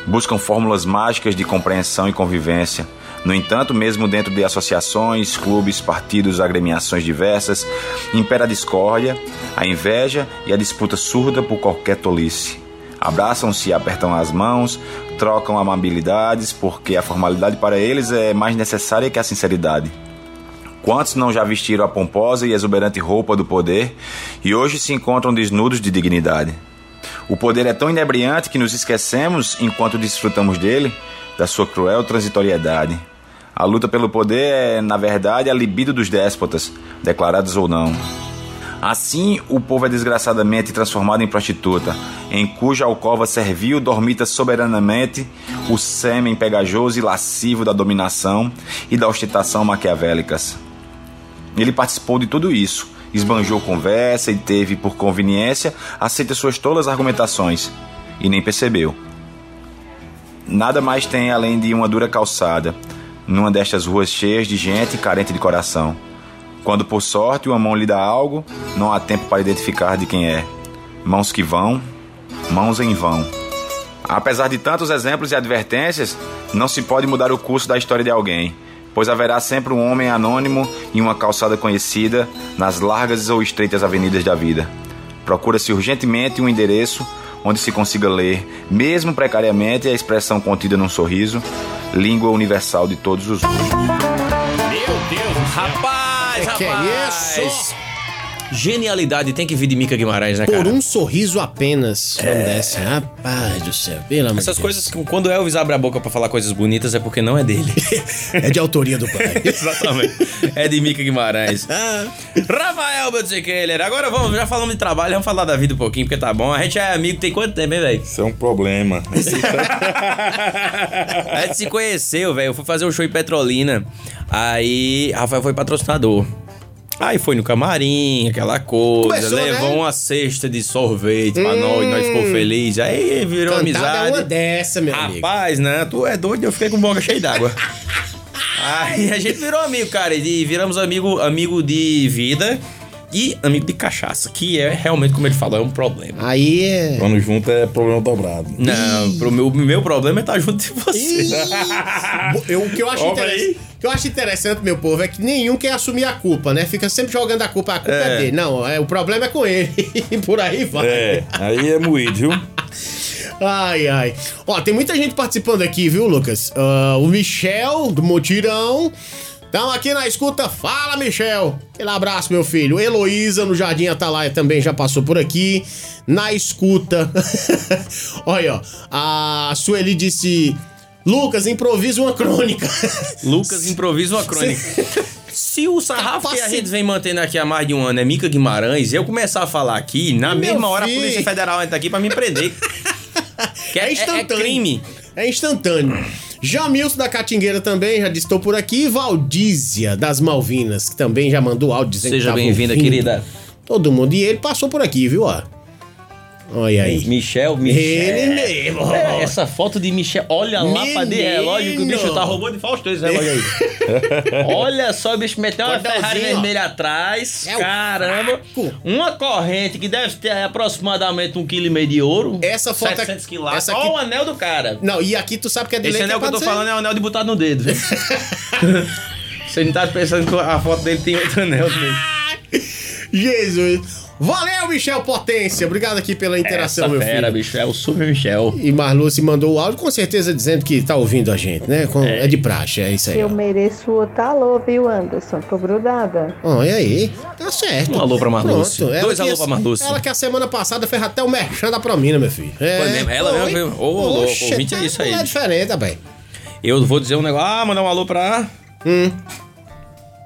Speaker 9: Buscam fórmulas mágicas de compreensão e convivência. No entanto, mesmo dentro de associações, clubes, partidos, agremiações diversas, impera a discórdia, a inveja e a disputa surda por qualquer tolice. Abraçam-se, apertam as mãos, trocam amabilidades, porque a formalidade para eles é mais necessária que a sinceridade. Quantos não já vestiram a pomposa e exuberante roupa do poder e hoje se encontram desnudos de dignidade? O poder é tão inebriante que nos esquecemos, enquanto desfrutamos dele, da sua cruel transitoriedade. A luta pelo poder é, na verdade, a libido dos déspotas, declarados ou não. Assim, o povo é desgraçadamente transformado em prostituta, em cuja alcova servil dormita soberanamente o sêmen pegajoso e lascivo da dominação e da ostentação maquiavélicas. Ele participou de tudo isso, esbanjou conversa e teve, por conveniência, aceita suas tolas argumentações, e nem percebeu. Nada mais tem além de uma dura calçada, numa destas ruas cheias de gente carente de coração. Quando por sorte uma mão lhe dá algo, não há tempo para identificar de quem é. Mãos que vão, mãos em vão. Apesar de tantos exemplos e advertências, não se pode mudar o curso da história de alguém, pois haverá sempre um homem anônimo em uma calçada conhecida nas largas ou estreitas avenidas da vida. Procura-se urgentemente um endereço onde se consiga ler, mesmo precariamente, a expressão contida num sorriso, língua universal de todos os gostos.
Speaker 6: Rapaz,
Speaker 3: Que
Speaker 6: rapaz.
Speaker 3: é isso?
Speaker 6: Genialidade tem que vir de Mica Guimarães, né, cara?
Speaker 3: Por um sorriso apenas.
Speaker 2: Não desce, rapaz do céu, pelo amor
Speaker 6: É. Essas
Speaker 2: de
Speaker 6: coisas que quando Elvis abre a boca pra falar coisas bonitas é porque não
Speaker 3: (laughs)
Speaker 6: é dele. (laughs)
Speaker 2: Deus. É de autoria do pai.
Speaker 6: Exatamente. É de Mica Guimarães.
Speaker 3: é
Speaker 6: Rafael Belzekeller, agora vamos, já falamos de trabalho, vamos falar da vida um pouquinho, porque tá bom. A gente é amigo tem quanto tempo, hein, velho?
Speaker 8: Isso é um (laughs) problema.
Speaker 6: A gente se conheceu, velho. Eu fui fazer um show em Petrolina. Aí, Rafael foi patrocinador. Aí foi no camarim, aquela coisa.
Speaker 3: Começou,
Speaker 6: levou
Speaker 3: né?
Speaker 6: uma cesta de sorvete pra nós, nós ficou feliz. Aí virou
Speaker 3: Cantada é uma
Speaker 6: amizade.
Speaker 3: dessa, meu amigo.
Speaker 6: Rapaz, né? Tu é doido, eu fiquei com boca cheia d'água. Aí a gente virou amigo, cara. E viramos amigo, amigo de vida e amigo de cachaça, que é realmente, como ele falou, é um problema.
Speaker 3: Aí é.
Speaker 8: Quando junto é problema dobrado.
Speaker 6: Não, pro meu, meu problema é estar junto de você.
Speaker 3: Eu, o que eu, acho
Speaker 8: Olha
Speaker 3: interessa-
Speaker 8: Ah, aí.
Speaker 3: o que eu acho interessante, meu povo, é que nenhum quer assumir a culpa, né? Fica sempre jogando a culpa. A culpa é, dele. Não, é, o problema é com ele. (laughs) E Por aí vai.
Speaker 8: É, aí é moído, viu?
Speaker 3: Ai, ai. Ó, tem muita gente participando aqui, viu, Lucas? Ah, o Michel, do Motirão. Então, aqui na escuta, fala, Michel. Aquele abraço, meu filho. Heloísa, no Jardim Atalaia, também já passou por aqui. Na escuta. (laughs) Olha, ó. A Sueli disse... Lucas, improvisa uma crônica. (laughs)
Speaker 6: Lucas improvisa uma crônica. Se o sarrafo que a
Speaker 3: Capaci-
Speaker 6: gente vem mantendo aqui há mais de um ano é Mica Guimarães, eu começar a falar aqui, na
Speaker 3: Meu
Speaker 6: mesma hora
Speaker 3: filho.
Speaker 6: a Polícia Federal entra aqui pra me (laughs) prender. Que é, é, é crime.
Speaker 3: É instantâneo. Jamilson da Catingueira também já disse, estou por aqui. Valdízia das Malvinas, que também já mandou áudio dizendo que
Speaker 6: Seja
Speaker 3: tava
Speaker 6: bem-vinda,
Speaker 3: ouvindo.
Speaker 6: querida.
Speaker 3: Todo mundo. E ele passou por aqui, viu? Ó. Olha aí.
Speaker 6: Michel,
Speaker 3: Ele
Speaker 6: Michel.
Speaker 3: mesmo.
Speaker 6: É, essa foto de Michel, olha lá pra dentro. É lógico que o bicho
Speaker 3: Menino.
Speaker 6: tá roubando de Faustão esse relógio
Speaker 3: (laughs)
Speaker 6: aí. olha só, o bicho meteu uma
Speaker 3: Cordãozinho,
Speaker 6: Ferrari
Speaker 3: ó.
Speaker 6: vermelha atrás.
Speaker 3: É o
Speaker 6: Caramba.
Speaker 3: fraco.
Speaker 6: Uma corrente que deve ter aproximadamente um quilo e meio de ouro.
Speaker 3: Essa foto
Speaker 6: 700
Speaker 3: aqui-
Speaker 6: quilates.
Speaker 3: essa
Speaker 6: Olha
Speaker 3: aqui-
Speaker 6: o anel do cara.
Speaker 3: Não, e aqui tu sabe que é de
Speaker 6: Esse
Speaker 3: leite,
Speaker 6: anel que eu tô
Speaker 3: pode ser.
Speaker 6: falando é o anel de botar no dedo.
Speaker 3: (laughs)
Speaker 6: viu? Você não tá pensando que a foto dele tem outro anel também.
Speaker 3: Jesus. Valeu, Michel Potência. Obrigado aqui pela interação,
Speaker 10: Essa
Speaker 3: Então, meu filho.
Speaker 10: fera, bicho. É o Super Michel.
Speaker 3: E Marluce mandou o áudio, com certeza dizendo que tá ouvindo a gente, né? Com- é. de praxe, é isso aí.
Speaker 11: Eu mereço outro alô, viu, Anderson? Tô grudada.
Speaker 3: Ó, e aí? Tá certo.
Speaker 6: Um alô pra Marluce.
Speaker 3: Pronto. Ela
Speaker 6: Dois
Speaker 3: que-
Speaker 6: alô pra Marluce.
Speaker 3: Ela que a semana passada fez até o merchan da Promina, meu filho. É,
Speaker 6: Foi mesmo? Ela mesmo fez- Ô, louco, ouvinte é isso aí.
Speaker 3: É diferente, tá bem.
Speaker 6: Eu vou dizer um negócio. Ah, mandar um alô pra.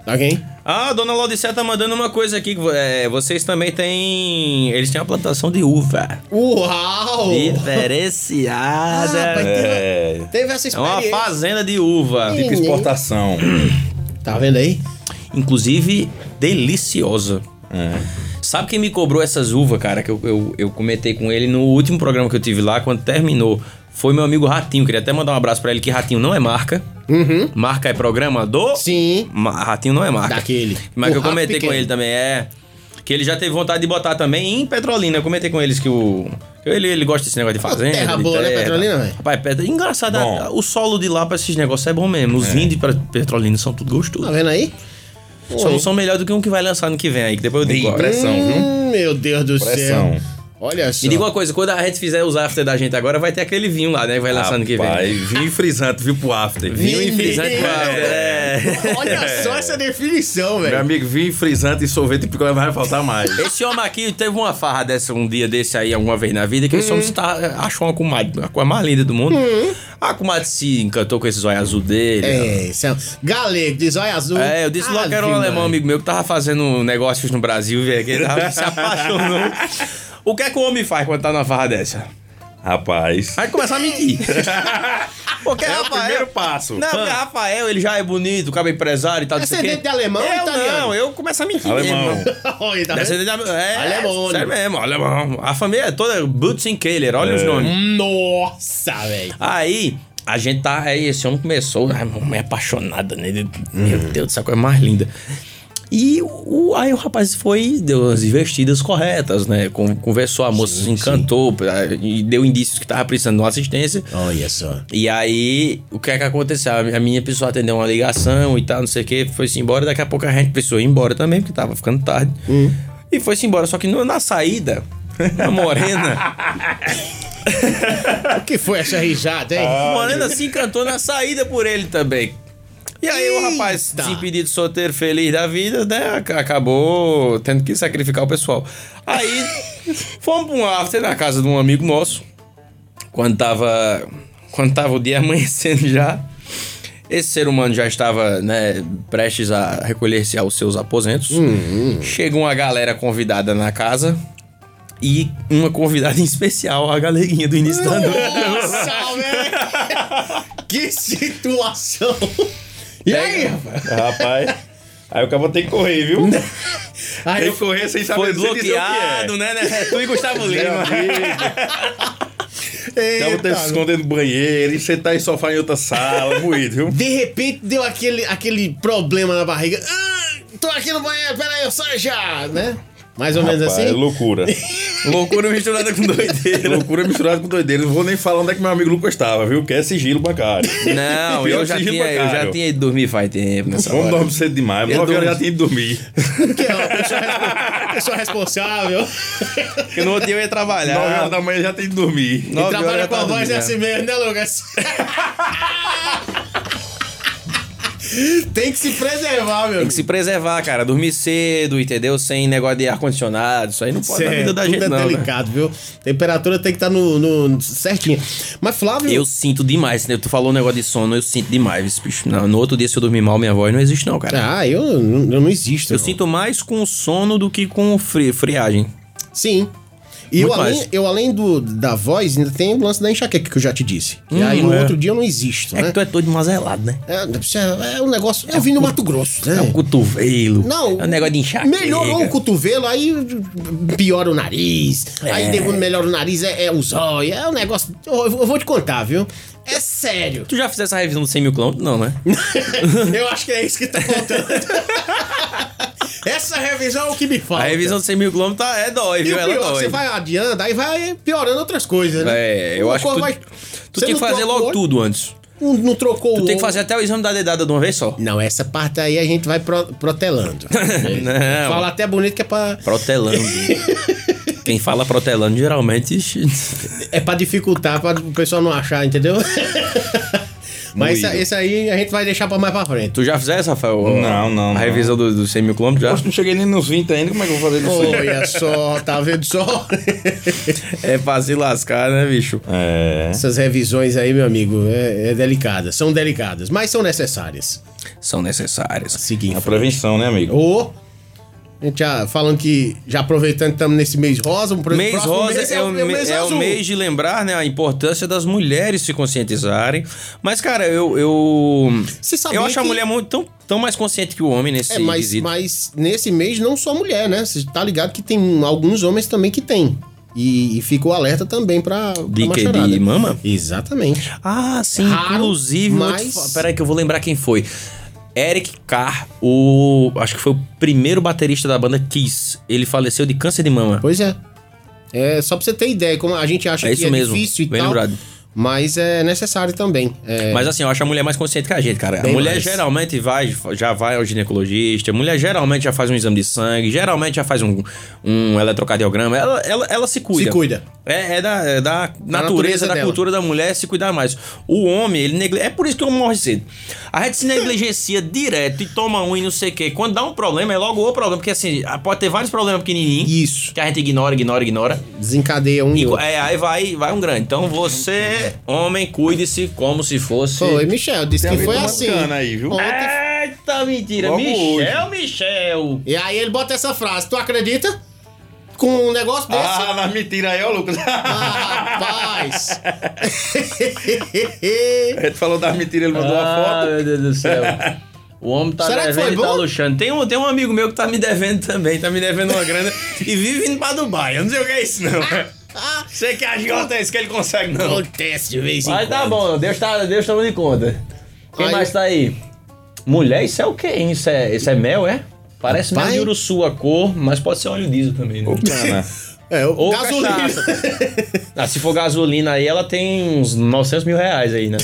Speaker 3: Alguém?
Speaker 6: Ah, a dona Laudicé tá mandando uma coisa aqui. que vo- é, vocês também têm. Eles têm uma plantação de uva.
Speaker 3: Uau! Ah, rapaz,
Speaker 6: Diferenciada.
Speaker 8: É.
Speaker 3: teve, teve essa
Speaker 6: É uma
Speaker 3: experiência.
Speaker 6: fazenda de uva.
Speaker 8: Tipo exportação.
Speaker 3: Tá vendo aí?
Speaker 6: Inclusive, deliciosa.
Speaker 3: É.
Speaker 6: Sabe quem me cobrou essas uvas, cara? Que eu, eu, eu comentei com ele no último programa que eu tive lá, quando terminou. Foi meu amigo Ratinho. Queria até mandar um abraço pra ele, que Ratinho não é marca.
Speaker 3: Uhum.
Speaker 6: Marca é programa do.
Speaker 3: Sim.
Speaker 6: Ma- Ratinho não é marca.
Speaker 3: Daquele.
Speaker 6: Mas
Speaker 3: O
Speaker 6: que eu
Speaker 3: rato
Speaker 6: comentei
Speaker 3: pequeno.
Speaker 6: com ele também, é. Que ele já teve vontade de botar também em Petrolina. Eu comentei com eles que o. que Ele, ele gosta desse negócio de fazenda.
Speaker 3: terra
Speaker 6: de
Speaker 3: boa, né, Petrolina, velho?
Speaker 6: Rapaz, pedra... engraçado, a-
Speaker 8: Bom.
Speaker 6: o solo de lá pra esses negócios é bom mesmo. Os vinhos de pra- Petrolina são tudo
Speaker 3: Tá
Speaker 6: gostosos.
Speaker 3: vendo aí?
Speaker 6: Só não são melhor do que um que vai lançar no que vem aí, que depois eu digo.
Speaker 8: Ih,
Speaker 6: qual é.
Speaker 8: pressão, viu?
Speaker 3: Hum, meu Deus do
Speaker 8: Pressão.
Speaker 3: céu. Olha só.
Speaker 6: Me diga uma coisa, quando a gente fizer os after da gente agora, vai ter aquele vinho lá, né? Que vai lançar no que vem.
Speaker 8: Rapaz, vinho e frisante, viu, pro after.
Speaker 6: Vinho e frisante
Speaker 3: Menino.
Speaker 6: pro after, é.
Speaker 3: (laughs)
Speaker 6: (laughs)
Speaker 3: Olha só essa definição,
Speaker 8: Meu
Speaker 3: velho.
Speaker 8: amigo, vinho frisante e sorvete porque vai faltar mais.
Speaker 6: Esse homem aqui teve uma farra dessa um dia desse aí, alguma vez na vida, que esse homem está, achou uma comadre, a coisa mais linda do mundo. A comadre se encantou com esse zóio azul dele.
Speaker 3: É, isso é um galego de zóio azul.
Speaker 6: É, eu disse logo que era um
Speaker 3: Ave
Speaker 6: alemão
Speaker 3: Maria.
Speaker 6: amigo meu que tava fazendo negócios no Brasil, velho, que ele tava, se apaixonou. O que é que o homem faz quando tá numa farra dessa?
Speaker 8: Rapaz.
Speaker 6: Vai começar a mentir. Porque
Speaker 8: É o
Speaker 6: Rafael-
Speaker 8: primeiro passo.
Speaker 6: Não, porque Rafael, ele já é bonito, o cara é empresário e tal. não sei o quê.
Speaker 3: Descendente de alemão ou
Speaker 6: eu
Speaker 3: italiano?
Speaker 6: Não, eu começo a mentir
Speaker 8: Alemão.
Speaker 6: mesmo.
Speaker 3: Olha, tá vendo?
Speaker 6: Descendente de alemão. É,
Speaker 3: Alemão.
Speaker 6: Sério mesmo, alemão. A família é toda Butzenkehler, olha os nomes.
Speaker 3: Nossa, velho.
Speaker 6: Aí, a gente tá. Aí esse homem começou. Ai, mamãe apaixonada nele. Meu Deus, essa coisa mais linda. E o, aí o rapaz foi, deu as investidas corretas, né? Con- Conversou, a moça se encantou e deu indícios que tava precisando de uma assistência.
Speaker 3: Olha só.
Speaker 6: E aí, o que é que aconteceu? A minha pessoa atendeu uma ligação e tal, não sei o que, foi-se embora. Daqui a pouco a gente precisou ir embora também, porque tava ficando tarde. E foi-se embora, só que no- na saída, (laughs) a morena,
Speaker 3: O que foi essa risada, hein?
Speaker 6: a morena se encantou na saída por ele também. E aí o rapaz,
Speaker 3: Eita!
Speaker 6: desimpedido, solteiro, feliz da vida, né, ac- acabou tendo que sacrificar o pessoal. Aí, fomos pra um after na casa de um amigo nosso, quando tava, quando tava o dia (laughs) amanhecendo já. Esse ser humano já estava, né, prestes a recolher-se aos seus aposentos. Chega uma galera convidada na casa e uma convidada (laughs) em especial, a galeguinha do início da noite.
Speaker 3: Nossa, velho. Que situação. E aí, rapaz?
Speaker 8: Rapaz. Aí o cara vai ter que correr, viu?
Speaker 3: Aí
Speaker 8: Tem que
Speaker 3: eu...
Speaker 8: correr sem saber
Speaker 6: Foi
Speaker 8: sem dizer o que é.
Speaker 6: bloqueado, né, né? Tu e Gustavo Lima.
Speaker 8: Tava até se
Speaker 3: Eita,
Speaker 8: escondendo no banheiro, e sentar em sofá em outra sala, moído, viu?
Speaker 3: de repente deu aquele, aquele problema na barriga. Ah, tô aqui no banheiro, peraí, eu saio já, né? Mais ou menos
Speaker 8: Rapaz, é
Speaker 3: assim.
Speaker 8: (laughs) loucura.
Speaker 6: Loucura misturada com doideira.
Speaker 8: loucura misturada com doideira. Não vou nem falar onde é que meu amigo Lucas tava, viu? Que é sigilo bancário.
Speaker 6: Não, eu já,
Speaker 8: Sigilo
Speaker 6: tinha, eu já
Speaker 8: bancário.
Speaker 6: tinha ido dormir faz tempo nessa
Speaker 8: Vamos
Speaker 6: hora.
Speaker 8: dormir cedo demais.
Speaker 6: Eu
Speaker 8: Nove horas
Speaker 6: durmo-
Speaker 8: já tinha ido dormir.
Speaker 3: Que é uma pessoa respo- pessoa é responsável.
Speaker 6: Porque no outro dia eu ia
Speaker 8: Nove horas
Speaker 6: trabalhar.
Speaker 8: da manhã já tem que dormir.
Speaker 6: (laughs) Tá. Nove
Speaker 3: E
Speaker 6: horas
Speaker 3: trabalha
Speaker 6: eu
Speaker 3: com a
Speaker 6: tava
Speaker 3: voz é
Speaker 6: dormindo,
Speaker 3: assim mesmo, né,
Speaker 6: (laughs)
Speaker 3: Lucas? Tem que se preservar, meu
Speaker 6: Tem que se preservar, cara. Dormir cedo, entendeu? Sem negócio de ar-condicionado. Isso aí não pode na vida da
Speaker 3: tudo
Speaker 6: gente,
Speaker 3: é
Speaker 6: não. né?
Speaker 3: delicado, viu? Temperatura tem que estar no, no- certinho. Mas Flávio,
Speaker 6: Eu sinto demais, né? Tu falou um negócio de sono, eu sinto demais esse bicho. Não, no outro dia, se eu dormir mal, minha voz não existe, não, cara.
Speaker 3: ah, eu, não- eu não existo.
Speaker 6: Eu
Speaker 3: não.
Speaker 6: sinto mais com sono do que com fri friagem.
Speaker 3: Sim. E eu
Speaker 6: Muito
Speaker 3: além,
Speaker 6: mais.
Speaker 3: eu, além do, da voz, ainda tem o lance da enxaqueca que eu já te disse. e
Speaker 6: Hum,
Speaker 3: aí no
Speaker 6: é.
Speaker 3: outro dia eu não existo,
Speaker 6: É
Speaker 3: né?
Speaker 6: que tu é todo mazelado, né?
Speaker 3: É, é um negócio. Eu vim no Mato Grosso, né?
Speaker 6: É um cotovelo.
Speaker 3: Não.
Speaker 6: É um negócio de enxaqueca.
Speaker 3: Melhorou o cotovelo, aí piora o nariz.
Speaker 6: É.
Speaker 3: Aí depois melhora o nariz, é, é os olhos. É um negócio. Eu, eu vou te contar, viu? É sério.
Speaker 6: Tu já fizesse a revisão dos 100 mil quilômetros? Não, né?
Speaker 3: (laughs) eu acho que é isso que tá faltando. (laughs) Essa revisão é o que me
Speaker 6: A
Speaker 3: falta.
Speaker 6: revisão dos 100 mil quilômetros tá- é dói,
Speaker 3: E
Speaker 6: viu?
Speaker 3: o
Speaker 6: Ela
Speaker 3: pior,
Speaker 6: dói.
Speaker 3: você vai adiando, aí vai piorando outras coisas, né?
Speaker 6: É, eu
Speaker 3: Uma
Speaker 6: acho que
Speaker 3: coisa
Speaker 6: tu,
Speaker 3: vai-
Speaker 6: tu
Speaker 3: você
Speaker 6: tinha que
Speaker 3: não
Speaker 6: fazer
Speaker 3: troca o
Speaker 6: logo
Speaker 3: olho.
Speaker 6: tudo antes.
Speaker 3: um não trocou
Speaker 6: Tu
Speaker 3: o
Speaker 6: tem que
Speaker 3: outro.
Speaker 6: fazer até o exame da dedada de uma vez só.
Speaker 3: Não, essa parte aí a gente vai pro- protelando.
Speaker 6: (laughs) Não.
Speaker 3: Fala até bonito que é pra, (laughs)
Speaker 6: Protelando. Quem fala protelando geralmente. (laughs)
Speaker 3: é pra dificultar, pra o pessoal não achar,
Speaker 6: (laughs)
Speaker 3: entendeu? Mas
Speaker 6: Moído.
Speaker 3: essa- esse aí a gente vai deixar pra mais pra frente.
Speaker 6: tu já fizesse, Rafael?
Speaker 8: Não, não,
Speaker 6: A
Speaker 8: não.
Speaker 6: revisão dos do 100 mil quilômetros já?
Speaker 8: Acho que não cheguei nem nos 20 ainda, como é que eu vou fazer isso?
Speaker 3: Olha só, tá vendo
Speaker 6: (laughs)
Speaker 3: só?
Speaker 6: É pra se lascar, né, bicho?
Speaker 8: É.
Speaker 3: Essas revisões aí, meu amigo, é, é delicadas. São delicadas, mas são necessárias.
Speaker 6: São necessárias.
Speaker 3: Seguinte.
Speaker 8: A prevenção, né, amigo?
Speaker 3: Ou. A gente já falando que, já aproveitando que estamos nesse mês rosa, um pro-
Speaker 6: Mês
Speaker 3: próximo
Speaker 6: rosa
Speaker 3: mês
Speaker 6: é, o, me- é o
Speaker 3: azul.
Speaker 6: mês de lembrar né, a importância das mulheres se conscientizarem. Mas, cara, eu. Eu,
Speaker 3: Você sabia
Speaker 6: eu acho a
Speaker 3: que-
Speaker 6: mulher muito, tão, tão mais consciente que o homem nesse
Speaker 3: É, mas,
Speaker 6: quesito.
Speaker 3: mas nesse mês não só mulher, né? Você tá ligado que tem alguns homens também que tem. E, e fica o alerta também pra. pra
Speaker 6: De quê?
Speaker 3: macharada.
Speaker 6: De mama?
Speaker 3: Exatamente.
Speaker 6: Ah, sim.
Speaker 3: Raro,
Speaker 6: inclusive, mas...
Speaker 3: mas-
Speaker 6: peraí que eu vou lembrar quem foi. Eric Carr, o. Acho que foi o primeiro baterista da banda Kiss. Ele faleceu de câncer de mama.
Speaker 3: Pois é. É só pra você ter ideia, como a gente acha
Speaker 6: É isso
Speaker 3: que é
Speaker 6: mesmo,
Speaker 3: difícil e
Speaker 6: bem
Speaker 3: tal.
Speaker 6: lembrado.
Speaker 3: Mas é necessário também. É,
Speaker 6: Mas assim, eu acho a mulher mais consciente que a gente, cara.
Speaker 3: Bem
Speaker 6: a mulher
Speaker 3: mais.
Speaker 6: geralmente vai, já vai ao ginecologista, a mulher geralmente já faz um exame de sangue, geralmente já faz um, um eletrocardiograma. Ela, ela, ela se
Speaker 3: Se
Speaker 6: cuida.
Speaker 3: cuida.
Speaker 6: É, é da, é da natureza,
Speaker 3: natureza
Speaker 6: da
Speaker 3: dela.
Speaker 6: cultura da mulher se cuidar mais. O homem, ele negle... É por isso que o homem morre cedo. A gente
Speaker 3: (laughs)
Speaker 6: se negligencia direto e toma um e não sei o quê. Quando dá um problema, é logo o problema. Porque assim, pode ter vários problemas pequenininhos.
Speaker 3: Isso.
Speaker 6: Que a gente ignora, ignora, ignora.
Speaker 3: Desencadeia um e
Speaker 6: E,
Speaker 3: outro.
Speaker 6: é, aí vai, vai um grande. Então você, homem, cuide-se como se fosse.
Speaker 3: Foi, Michel, disse
Speaker 8: Tem
Speaker 3: que foi
Speaker 8: alguém
Speaker 3: assim.
Speaker 8: Tá bacana aí, viu?
Speaker 3: Ontem-
Speaker 6: É. Eita, mentira.
Speaker 8: Logo
Speaker 6: Michel, Michel.
Speaker 3: E aí ele bota essa frase: Tu acredita? Com um negócio desse?
Speaker 8: Ah, mas mentira aí, ó, Lucas.
Speaker 3: Ah,
Speaker 6: (laughs)
Speaker 3: rapaz! (laughs)
Speaker 8: A gente falou das mentiras, (laughs) ele mandou uma
Speaker 6: Ah,
Speaker 8: foto.
Speaker 6: meu Deus do (laughs) céu. O homem tá
Speaker 3: Será que foi
Speaker 6: devendo e tá
Speaker 3: bom?
Speaker 6: luxando. Tem um, tem um amigo meu que tá me devendo também, tá me devendo uma (laughs) grana e vive indo pra Dubai. Eu não sei o que é isso, não.
Speaker 3: ah,
Speaker 6: Sei que a agiota é isso que ele consegue, não.
Speaker 3: acontece de vez em
Speaker 6: Mas
Speaker 3: quando.
Speaker 6: tá bom, Deus tá, Deus tá de conta. Quem
Speaker 3: Aí-
Speaker 6: mais tá aí? Mulher, isso é o quê, hein? Isso é, isso é mel, é? Parece mel
Speaker 3: Rapaz.
Speaker 6: de uruçu a cor, mas pode ser óleo diesel também, né?
Speaker 8: Bacana.
Speaker 3: É, o
Speaker 6: Ou
Speaker 3: gasolina.
Speaker 6: (laughs) Ah, se for gasolina aí, ela tem uns 900 mil reais (laughs) aí, né?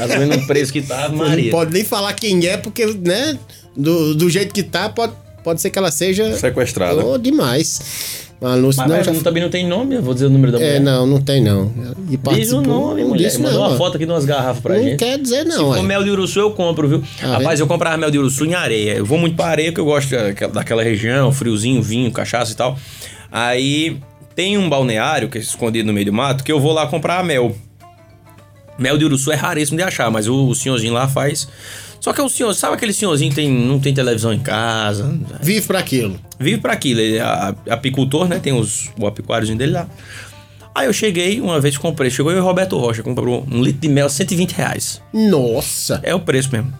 Speaker 6: gasolina no preço que tá, Maria.
Speaker 3: Não pode nem falar quem é, porque, né? Do, do jeito que tá, pode, pode ser que ela seja.
Speaker 8: Sequestrada.
Speaker 3: Oh, demais. Mas não,
Speaker 6: Mas
Speaker 3: não,
Speaker 6: mas
Speaker 3: já-
Speaker 6: não- também não tem nome, eu vou dizer o número da mulher.
Speaker 3: É, não, não tem não. E
Speaker 6: Diz o
Speaker 3: participou,
Speaker 6: nome,
Speaker 3: não
Speaker 6: mulher.
Speaker 3: disse
Speaker 6: Mandou
Speaker 3: não,
Speaker 6: uma
Speaker 3: ó.
Speaker 6: foto aqui de umas garrafas pra
Speaker 3: Não
Speaker 6: gente.
Speaker 3: quer dizer não, Ah,
Speaker 6: Se
Speaker 3: aí.
Speaker 6: for mel de uruçu, eu compro, viu? Rapaz,
Speaker 3: vendo?
Speaker 6: eu comprava mel de uruçu em areia. Eu vou muito pra areia, porque eu gosto daquela- daquela região, friozinho, vinho, cachaça e tal. Aí tem um balneário que é escondido no meio do mato que eu vou lá comprar mel. Mel de uruçu é raríssimo de achar, mas o, o senhorzinho lá faz. Só que é o senhor, sabe aquele senhorzinho que tem, não tem televisão em casa?
Speaker 3: Vive pra aquilo.
Speaker 6: Vive pra aquilo, ele é a- apicultor, né? Tem os, o apicuáriozinho dele lá. Aí eu cheguei, uma vez comprei, chegou eu e o Roberto Rocha, comprou um litro de mel, 120 reais.
Speaker 3: Nossa!
Speaker 6: É o preço mesmo.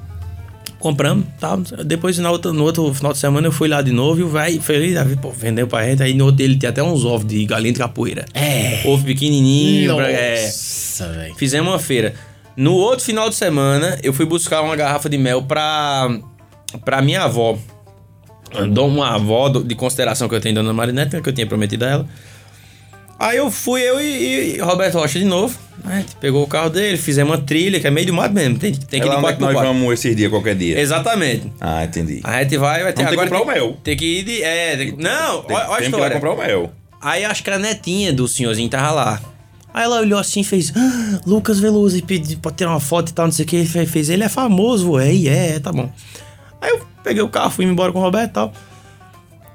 Speaker 6: Compramos, tá? Depois na outra, no outro final de semana eu fui lá de novo e o velho feliz, aí, pô, vendeu pra gente. Aí no outro ele tem até uns ovos de galinha de capoeira.
Speaker 3: É.
Speaker 6: Ovo pequenininho, pra, é.
Speaker 3: Nossa, velho.
Speaker 6: Fizemos uma feira. No outro final de semana, eu fui buscar uma garrafa de mel pra, pra minha avó. Eu Dou uma avó do- de consideração que eu tenho, dona Marinette, né, que eu tinha prometido a ela. Aí eu fui, eu e, e Roberto Rocha de novo. né, pegou o carro dele, fizemos uma trilha, que é meio do mato mesmo. Tem, tem
Speaker 8: É
Speaker 6: que ir
Speaker 8: lá
Speaker 6: de
Speaker 8: onde é que nós
Speaker 6: 4x4.
Speaker 8: vamos esses dias, qualquer dia.
Speaker 6: Exatamente.
Speaker 8: Ah, entendi.
Speaker 6: A gente vai, vai ter
Speaker 8: Vamos ter
Speaker 6: agora.
Speaker 8: que comprar
Speaker 6: tem-
Speaker 8: o mel.
Speaker 6: Tem que ir de. É, tem- não,
Speaker 8: Tem,
Speaker 6: olha a
Speaker 8: tem que ir lá
Speaker 6: história.
Speaker 8: comprar o mel.
Speaker 6: Aí acho que a netinha do senhorzinho tava lá. Aí ela olhou assim e fez, "Ah, Lucas Veloso, e pediu pra tirar uma foto e tal, não sei o que. Ele fe- fez, ele é famoso, é, e é, tá bom. Aí eu peguei o carro, fui embora com o Roberto e tal.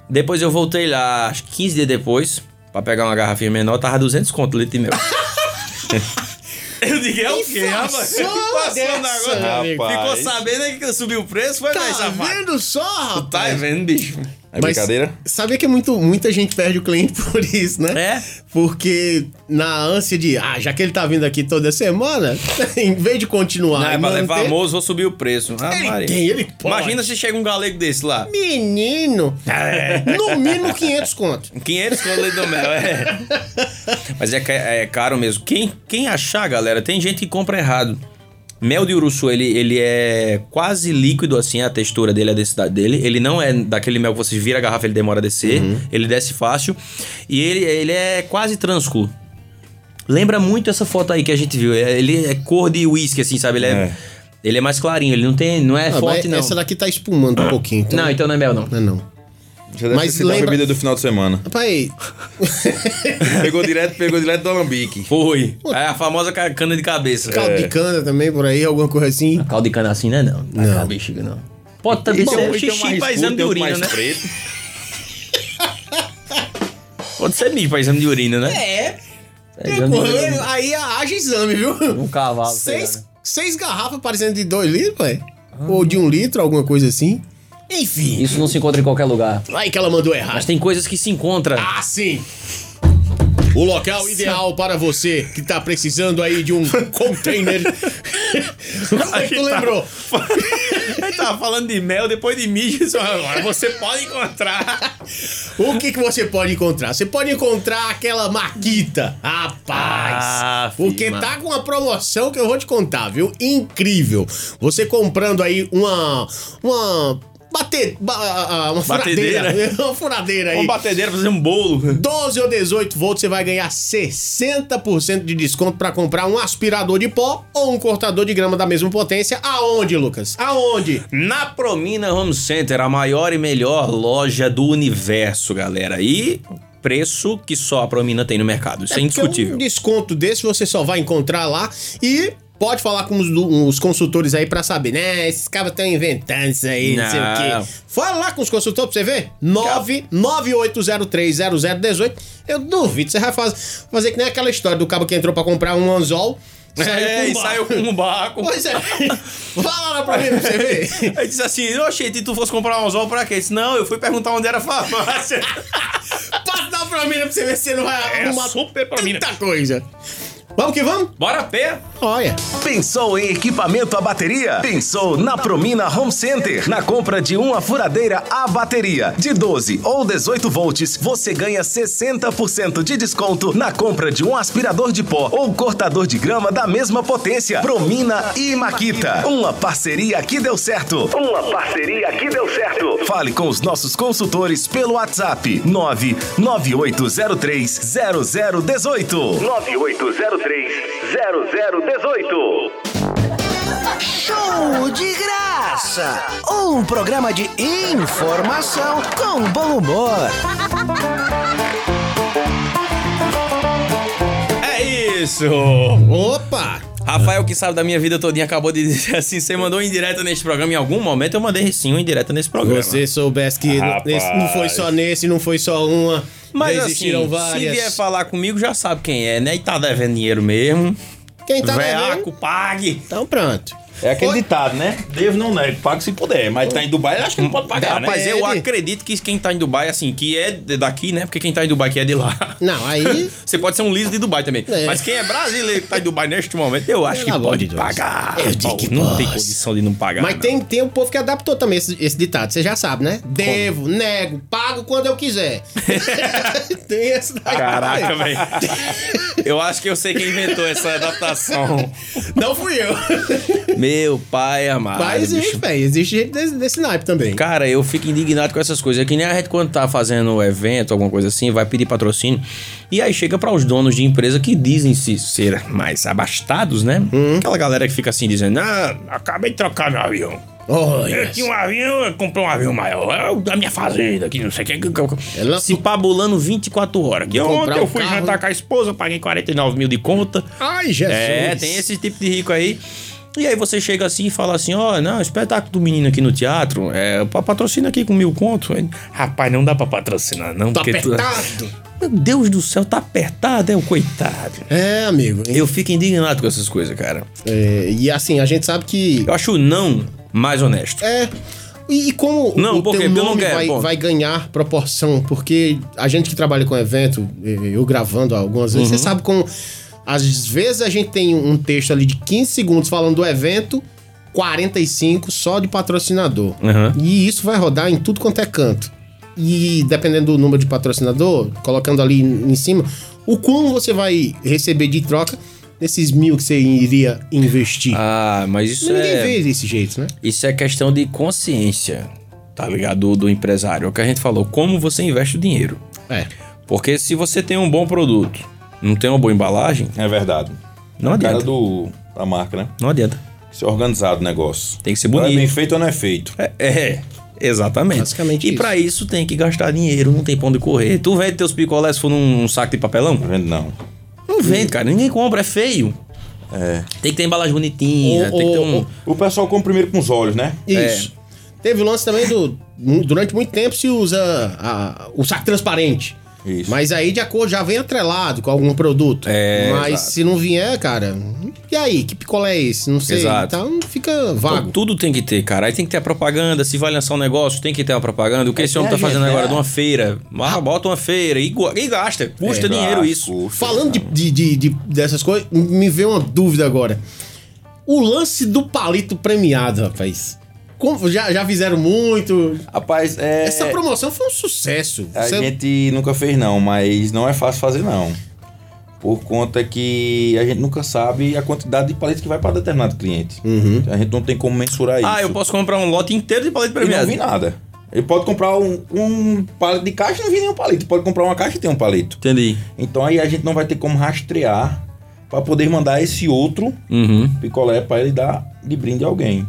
Speaker 6: Depois eu voltei lá, acho que 15 dias depois, pra pegar uma garrafinha menor, tava 200 conto litro de mel. (laughs) eu digo, é o quê, rapaz?
Speaker 3: Inflação
Speaker 6: Passou um
Speaker 3: dessa,
Speaker 6: negócio,
Speaker 3: meu amigo.
Speaker 6: Ficou
Speaker 8: Rapaz.
Speaker 6: sabendo que eu subi o preço, foi mais
Speaker 3: Tá
Speaker 6: safado.
Speaker 3: vendo só,
Speaker 6: Tá
Speaker 3: rapaz?
Speaker 6: vendo, bicho?
Speaker 8: É brincadeira?
Speaker 3: Sabia que muito, muita gente perde o cliente (laughs) por isso, né?
Speaker 6: É.
Speaker 3: Porque na ânsia de, ah, já que ele tá vindo aqui toda semana, (laughs) em vez de continuar.
Speaker 6: Não, é
Speaker 3: e
Speaker 6: pra levar
Speaker 3: manter- é,
Speaker 6: famoso, vou subir o preço. Ah,
Speaker 3: Ele
Speaker 6: Maria.
Speaker 3: tem, ele pode.
Speaker 6: Imagina se É. chega um galego desse lá.
Speaker 3: Menino, no mínimo 500 conto.
Speaker 6: 500 com leite do mel, é.
Speaker 3: (laughs)
Speaker 6: Mas é, ca- é caro mesmo. Quem, quem achar, galera, tem gente que compra errado. Mel de urussu, ele, ele é quase líquido, assim, a textura dele, a densidade dele. Ele não é daquele mel que você vira a garrafa,
Speaker 3: Uhum.
Speaker 6: ele demora a descer. Ele desce fácil. E ele, ele é quase trânsculo. Lembra muito essa foto aí que a gente viu. É- Ele é cor de uísque, assim, sabe? Ele é,
Speaker 8: É.
Speaker 6: ele é mais clarinho, ele não tem. Não é
Speaker 3: Ah,
Speaker 6: forte,
Speaker 3: mas
Speaker 6: não.
Speaker 3: Essa daqui tá espumando um pouquinho. Então...
Speaker 6: Não, então não é mel, não.
Speaker 3: Não, é não.
Speaker 8: Já deve
Speaker 3: Mas
Speaker 8: ter sido a
Speaker 3: lembra-
Speaker 8: bebida do final de semana.
Speaker 3: Pai,
Speaker 8: (laughs) Pegou direto, pegou direto do alambique.
Speaker 6: Foi. É a famosa ca- cana de cabeça.
Speaker 3: caldo de cana também por aí, alguma coisa assim.
Speaker 6: Caldo É. de cana assim, né? Não. Não. Tá bexiga, não. Pode também
Speaker 8: Esse é
Speaker 6: ser
Speaker 8: um- esse é um
Speaker 6: xixi
Speaker 8: mais
Speaker 6: pra
Speaker 8: escuro,
Speaker 6: exame de
Speaker 8: tem outro
Speaker 6: urina, né?
Speaker 8: mais preto.
Speaker 6: Pode ser mijo pra exame de urina, né?
Speaker 3: É,
Speaker 6: É, exame de urina.
Speaker 3: aí haja exame, viu?
Speaker 6: Um cavalo. sei lá,
Speaker 3: Seis,
Speaker 6: né?
Speaker 3: seis garrafas parecendo de dois litros, pai. Ou de um litro, alguma coisa assim. Enfim.
Speaker 6: Isso não se encontra em qualquer lugar.
Speaker 3: Aí que ela mandou errado.
Speaker 6: Mas tem coisas que se encontram.
Speaker 3: Ah, sim! O local ideal para você que tá precisando aí de um container. Como é que tu lembrou?
Speaker 6: Ele tava Ah, falando de mel, depois de mijo, só agora você pode encontrar.
Speaker 3: O que, que você pode encontrar? Você pode encontrar aquela maquita. Rapaz!
Speaker 6: Ah, fi,
Speaker 3: porque
Speaker 6: mano.
Speaker 3: tá com uma promoção que eu vou te contar, viu? Incrível! Você comprando aí uma. Uma. Bate, ba- ah, uma furadeira. (laughs)
Speaker 6: Batedeira.
Speaker 3: Uma furadeira aí.
Speaker 6: Um batedeiro fazer um bolo.
Speaker 3: 12 ou 18 volts, você vai ganhar 60% de desconto pra comprar um aspirador de pó ou um cortador de grama da mesma potência. Aonde, Lucas? Aonde?
Speaker 6: Na Promina Home Center, a maior e melhor loja do universo, galera. E preço que só a Promina tem no mercado. Isso é,
Speaker 3: Porque
Speaker 6: indiscutível.
Speaker 3: Um desconto desse você só vai encontrar lá e pode falar com os, do- um, os consultores aí pra saber, né? Esses caras estão inventando isso aí, não, sei o
Speaker 6: Não.
Speaker 3: quê. Fala lá com os consultores pra você ver. 998030018. Eu duvido, você vai faz- fazer que nem aquela história do cabo que entrou pra comprar um anzol.
Speaker 6: É, e saiu com um barco.
Speaker 3: (laughs) Pois é. Fala lá pra mim pra você
Speaker 6: (laughs)
Speaker 3: ver.
Speaker 6: Aí disse assim, oxe, e tu fosse comprar um anzol pra quê? Eu Disse, não, eu fui perguntar onde era a (laughs) farmácia.
Speaker 3: Passa lá pra mim pra você ver se você não vai
Speaker 6: É
Speaker 3: arrumar
Speaker 6: super pra mim.
Speaker 3: tanta coisa. Vamos que vamos?
Speaker 6: Bora a pé?
Speaker 3: Olha.
Speaker 7: Pensou em equipamento à bateria? Pensou na Promina Home Center. Na compra de uma furadeira à bateria de 12 ou 18 volts, você ganha 60% de desconto na compra de um aspirador de pó ou cortador de grama da mesma potência. Promina e Maquita. Uma parceria que deu certo. Uma parceria que deu certo. Fale com os nossos consultores pelo WhatsApp 99803 0018. 9803 0018.
Speaker 1: Show de graça! Um programa de informação com bom humor.
Speaker 6: É isso!
Speaker 3: Opa!
Speaker 6: Rafael, que sabe da minha vida todinha, acabou de dizer assim: você mandou indireta neste programa. Em algum momento eu mandei sim uma indireta nesse programa.
Speaker 3: você soubesse que
Speaker 8: Rapaz.
Speaker 3: nesse- não foi só nesse, não foi só uma.
Speaker 6: Mas
Speaker 3: já
Speaker 6: assim,
Speaker 3: existiram
Speaker 6: se
Speaker 3: várias.
Speaker 6: vier falar comigo, já sabe quem é, né? E tá devendo dinheiro mesmo.
Speaker 3: Quem tá
Speaker 6: Veaco,
Speaker 3: devendo?
Speaker 6: pague.
Speaker 3: Então pronto.
Speaker 8: É aquele
Speaker 3: Foi.
Speaker 8: ditado, né? Devo não nego, pago se puder. Mas tá em Dubai, eu acho que não pode pagar, né?
Speaker 6: Rapaz, eu
Speaker 3: Ele-
Speaker 6: acredito que quem tá em Dubai, assim, que é de- daqui, né? Porque quem tá em Dubai que é de lá.
Speaker 3: Não, aí.
Speaker 6: (laughs) Você pode ser um liso de Dubai também.
Speaker 3: É.
Speaker 6: Mas quem é brasileiro que tá em Dubai neste momento, eu
Speaker 3: Pelo
Speaker 6: acho que
Speaker 3: amor de
Speaker 6: pode
Speaker 3: Deus.
Speaker 6: pagar.
Speaker 3: Eu digo
Speaker 6: Bom,
Speaker 3: que
Speaker 6: não tem
Speaker 3: posso.
Speaker 6: condição de não pagar.
Speaker 3: Mas
Speaker 6: não.
Speaker 3: tem, tem um povo que adaptou também esse, esse ditado, você já sabe, né? Devo, nego, pago quando eu
Speaker 6: (laughs)
Speaker 3: quiser. tem esse daí.
Speaker 6: Caraca,
Speaker 3: também.
Speaker 6: velho. Eu acho que eu sei quem inventou essa adaptação.
Speaker 3: (laughs) Não fui eu.
Speaker 6: Meu pai amado.
Speaker 3: Mas existe,
Speaker 6: bicho.
Speaker 3: velho. Existe gente desse, desse naipe também.
Speaker 6: Cara, eu fico indignado com essas coisas. É que nem a gente quando tá fazendo evento, alguma coisa assim, vai pedir patrocínio. E aí chega para os donos de empresa que dizem se ser mais abastados, né?
Speaker 3: Uhum.
Speaker 6: Aquela galera que fica assim dizendo: Ah, acabei de trocar meu avião.
Speaker 3: Olha.
Speaker 6: Tinha um avião, eu comprei um avião maior. É o da minha fazenda, que não sei o que. que- que-
Speaker 3: Ela-
Speaker 6: Se pabulando 24 horas. Que
Speaker 3: Comprar
Speaker 6: ontem eu
Speaker 3: um
Speaker 6: fui
Speaker 3: carro.
Speaker 6: jantar com a esposa, paguei 49 mil de conta.
Speaker 3: Ai, Jesus.
Speaker 6: É, tem esse tipo de rico aí. E aí você chega assim e fala assim, ó, não, espetáculo do menino aqui no teatro, é, pa- patrocina aqui com mil conto. Aí, Rapaz, não dá pra patrocinar, não.
Speaker 3: Tá
Speaker 6: porque tu-
Speaker 3: apertado.
Speaker 6: Meu Deus do céu, tá apertado, é o coitado.
Speaker 3: É, amigo.
Speaker 6: Eu fico indignado com essas coisas, cara.
Speaker 3: É, e assim, a gente sabe que.
Speaker 6: Eu acho o não mais honesto.
Speaker 3: É. E, e como
Speaker 6: Não,
Speaker 3: o
Speaker 6: por
Speaker 3: teu
Speaker 6: quê? Porque eu não
Speaker 3: nome
Speaker 6: quero,
Speaker 3: vai,
Speaker 6: ponto.
Speaker 3: vai ganhar proporção, porque a gente que trabalha com evento, eh, eu gravando algumas vezes,
Speaker 6: Uhum.
Speaker 3: você sabe como. Às vezes a gente tem um texto ali de 15 segundos falando do evento, 45 só de patrocinador.
Speaker 6: Aham.
Speaker 3: E isso vai rodar em tudo quanto é canto. E dependendo do número de patrocinador, colocando ali em cima, o quão você vai receber de troca desses mil que você iria investir.
Speaker 6: Ah, mas isso
Speaker 3: Ninguém
Speaker 6: é...
Speaker 3: vê desse jeito, né?
Speaker 6: Isso é questão de consciência, tá ligado? Do, do empresário. É o que a gente falou, como você investe o dinheiro.
Speaker 3: É.
Speaker 6: Porque se você tem um bom produto,
Speaker 8: não tem uma boa embalagem, é verdade.
Speaker 6: Não
Speaker 8: É a Cara
Speaker 6: adianta.
Speaker 8: do, da marca, né?
Speaker 6: Não adianta.
Speaker 8: Tem que ser organizado o negócio.
Speaker 6: Tem que ser
Speaker 8: Ou é
Speaker 6: bonito.
Speaker 8: bem feito ou não é feito.
Speaker 6: É, é, exatamente.
Speaker 3: Basicamente
Speaker 6: e
Speaker 3: isso.
Speaker 6: pra isso tem que gastar dinheiro, não tem pão de correr. Tu vende teus picolés se for num saco de papelão?
Speaker 8: Tá vendo? Não.
Speaker 6: Não vende, cara. Ninguém compra, é feio. É. Tem que ter embalagem bonitinha,
Speaker 3: Ô,
Speaker 6: tem que ter
Speaker 3: ô,
Speaker 6: um. é.
Speaker 3: ô,
Speaker 8: O pessoal compra primeiro com os olhos, né?
Speaker 3: Isso. Teve o lance também do. mu- Durante muito tempo se usa a- o saco transparente.
Speaker 8: Isso.
Speaker 3: Mas aí de acordo já vem atrelado com algum produto.
Speaker 6: É,
Speaker 3: Mas
Speaker 6: exato.
Speaker 3: se não vier, cara. E aí, que picolé é esse? Não sei.
Speaker 6: Exato.
Speaker 3: Então fica vago.
Speaker 6: Então, tudo tem que ter, cara. Aí tem que ter a propaganda. Se vai lançar um negócio, tem que ter a propaganda. O que esse homem tá fazendo agora de uma feira? Ah, bota uma feira e, go- e gasta. Custa
Speaker 8: É,
Speaker 6: dinheiro
Speaker 8: ah,
Speaker 6: isso.
Speaker 8: custa.
Speaker 3: Falando de, de- de- de- dessas coisas, me veio uma dúvida agora. O lance do palito premiado, rapaz. Como- já, já fizeram muito.
Speaker 8: Rapaz, é.
Speaker 3: Essa promoção foi um sucesso.
Speaker 8: A
Speaker 3: Cê-
Speaker 8: gente nunca fez não, mas não é fácil fazer não. Por conta que a gente nunca sabe a quantidade de paletes que vai para determinado cliente.
Speaker 3: Uhum.
Speaker 8: A gente não tem como mensurar isso.
Speaker 6: Ah, eu posso comprar um lote inteiro de paleta
Speaker 8: E não
Speaker 6: premiada.
Speaker 8: vi nada. Ele pode comprar um, um palito de caixa e não vi nenhum palito. Pode comprar uma caixa e tem um palito.
Speaker 6: Entendi.
Speaker 8: Então aí a gente não vai ter como rastrear para poder mandar esse outro
Speaker 6: Uhum.
Speaker 8: picolé para ele dar de brinde a alguém.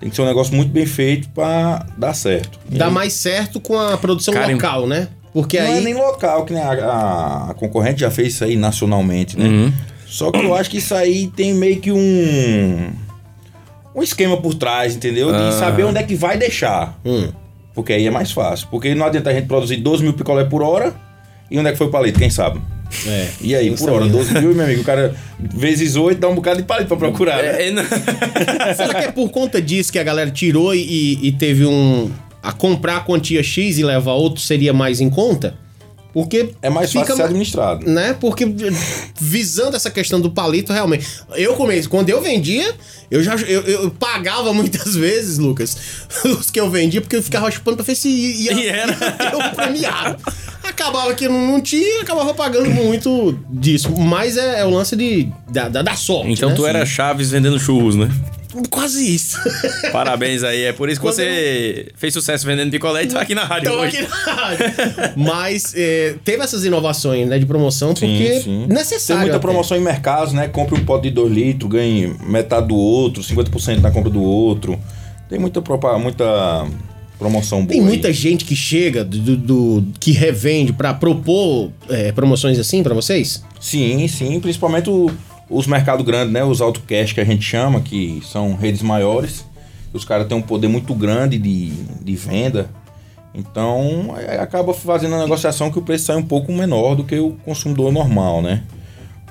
Speaker 8: Tem que ser um negócio muito bem feito para dar certo. E
Speaker 3: Dá
Speaker 8: aí-
Speaker 3: mais certo com a produção
Speaker 6: Cara,
Speaker 3: local, né? Porque
Speaker 8: não
Speaker 3: aí.
Speaker 8: é nem local, que nem a, a concorrente já fez isso aí nacionalmente, né?
Speaker 6: Uhum.
Speaker 8: Só que eu acho que isso aí tem meio que um. Um esquema por trás, entendeu?
Speaker 3: Ah.
Speaker 8: De saber onde é que vai deixar.
Speaker 3: Hum.
Speaker 8: Porque aí é mais fácil. Porque não adianta a gente produzir 12 mil picolé por hora e onde é que foi o palito, quem sabe?
Speaker 3: É.
Speaker 8: E aí,
Speaker 3: Não
Speaker 8: por
Speaker 3: sabia.
Speaker 8: hora, 12 mil, meu amigo, o cara vezes 8 dá um bocado de palito pra procurar. né?
Speaker 6: É, não-
Speaker 3: Será que é por conta disso que a galera tirou e, e teve um. A comprar a quantia X e levar outro seria mais em conta? Porque.
Speaker 8: É mais
Speaker 3: fica
Speaker 8: fácil ser
Speaker 3: ma-
Speaker 8: administrado.
Speaker 3: Né? Porque visando essa questão do palito, realmente. Eu comecei. Quando eu vendia, eu já eu, eu pagava muitas vezes, Lucas, (laughs) os que eu vendia, porque eu ficava chupando pra ver se ia,
Speaker 6: (laughs) E era.
Speaker 3: ia (laughs) ter um premiado. Acabava que não, não tinha, acabava pagando muito disso. Mas é, é o lance de, da, da, da sorte.
Speaker 6: Então
Speaker 3: né?
Speaker 6: tu era Chaves vendendo churros, né?
Speaker 3: Quase isso.
Speaker 6: (laughs) Parabéns aí. É por isso que
Speaker 3: Quando
Speaker 6: você fez sucesso vendendo picolé e tá aqui na rádio
Speaker 3: Então,
Speaker 6: hoje.
Speaker 3: aqui na rádio. Mas é, teve essas inovações né, de promoção, porque
Speaker 8: sim. Tem
Speaker 3: necessário.
Speaker 8: muita
Speaker 3: até.
Speaker 8: promoção em mercados, né? Compre um pote de 2 litros, ganhe metade do outro, 50% na compra do outro. Tem muita, propa- muita promoção boa.
Speaker 3: Tem
Speaker 8: aí.
Speaker 3: muita gente que chega, do, do- que revende pra propor é, promoções assim pra vocês?
Speaker 8: Sim, sim. Principalmente o- os mercados grandes, né? Os autocash que a gente chama, que são redes maiores. Os caras têm um poder muito grande de, de venda. Então, é, acaba fazendo a negociação que o preço sai um pouco menor do que o consumidor normal, né?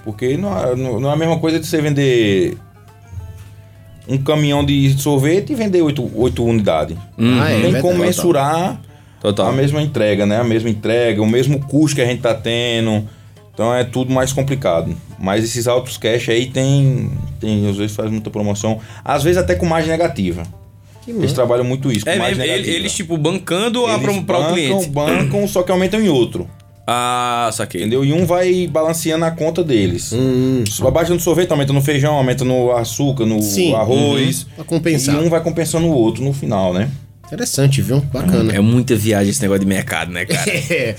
Speaker 8: Porque não, é- não não é a mesma coisa de você vender um caminhão de sorvete e vender oito oito unidades.
Speaker 6: Uhum.
Speaker 3: Ah, é
Speaker 8: Não tem
Speaker 3: verdade.
Speaker 8: como mensurar
Speaker 6: Total.
Speaker 8: a mesma entrega, né? A mesma entrega, o mesmo custo que a gente tá tendo. Então é tudo mais complicado. Mas esses altos cash aí tem, tem às vezes faz muita promoção, às vezes até com margem negativa. Eles trabalham muito isso, com
Speaker 6: É,
Speaker 8: margem
Speaker 6: mesmo, ele-
Speaker 8: negativa.
Speaker 6: eles, tipo, bancando a
Speaker 8: Eles
Speaker 6: promo para o
Speaker 8: bancam,
Speaker 6: um cliente.
Speaker 8: bancam, só que aumentam em outro.
Speaker 6: Ah, saquei.
Speaker 8: Entendeu? E um vai balanceando a conta deles.
Speaker 6: Hum,
Speaker 8: Abaixa no sorvete, aumenta no feijão, aumenta no açúcar, no
Speaker 3: Sim. uhum.
Speaker 8: arroz.
Speaker 3: Pra compensar.
Speaker 8: E um vai compensando o outro no final, né?
Speaker 3: Interessante, viu? Bacana.
Speaker 6: É
Speaker 3: (laughs)
Speaker 6: muita viagem esse negócio de mercado, né, cara?
Speaker 3: É.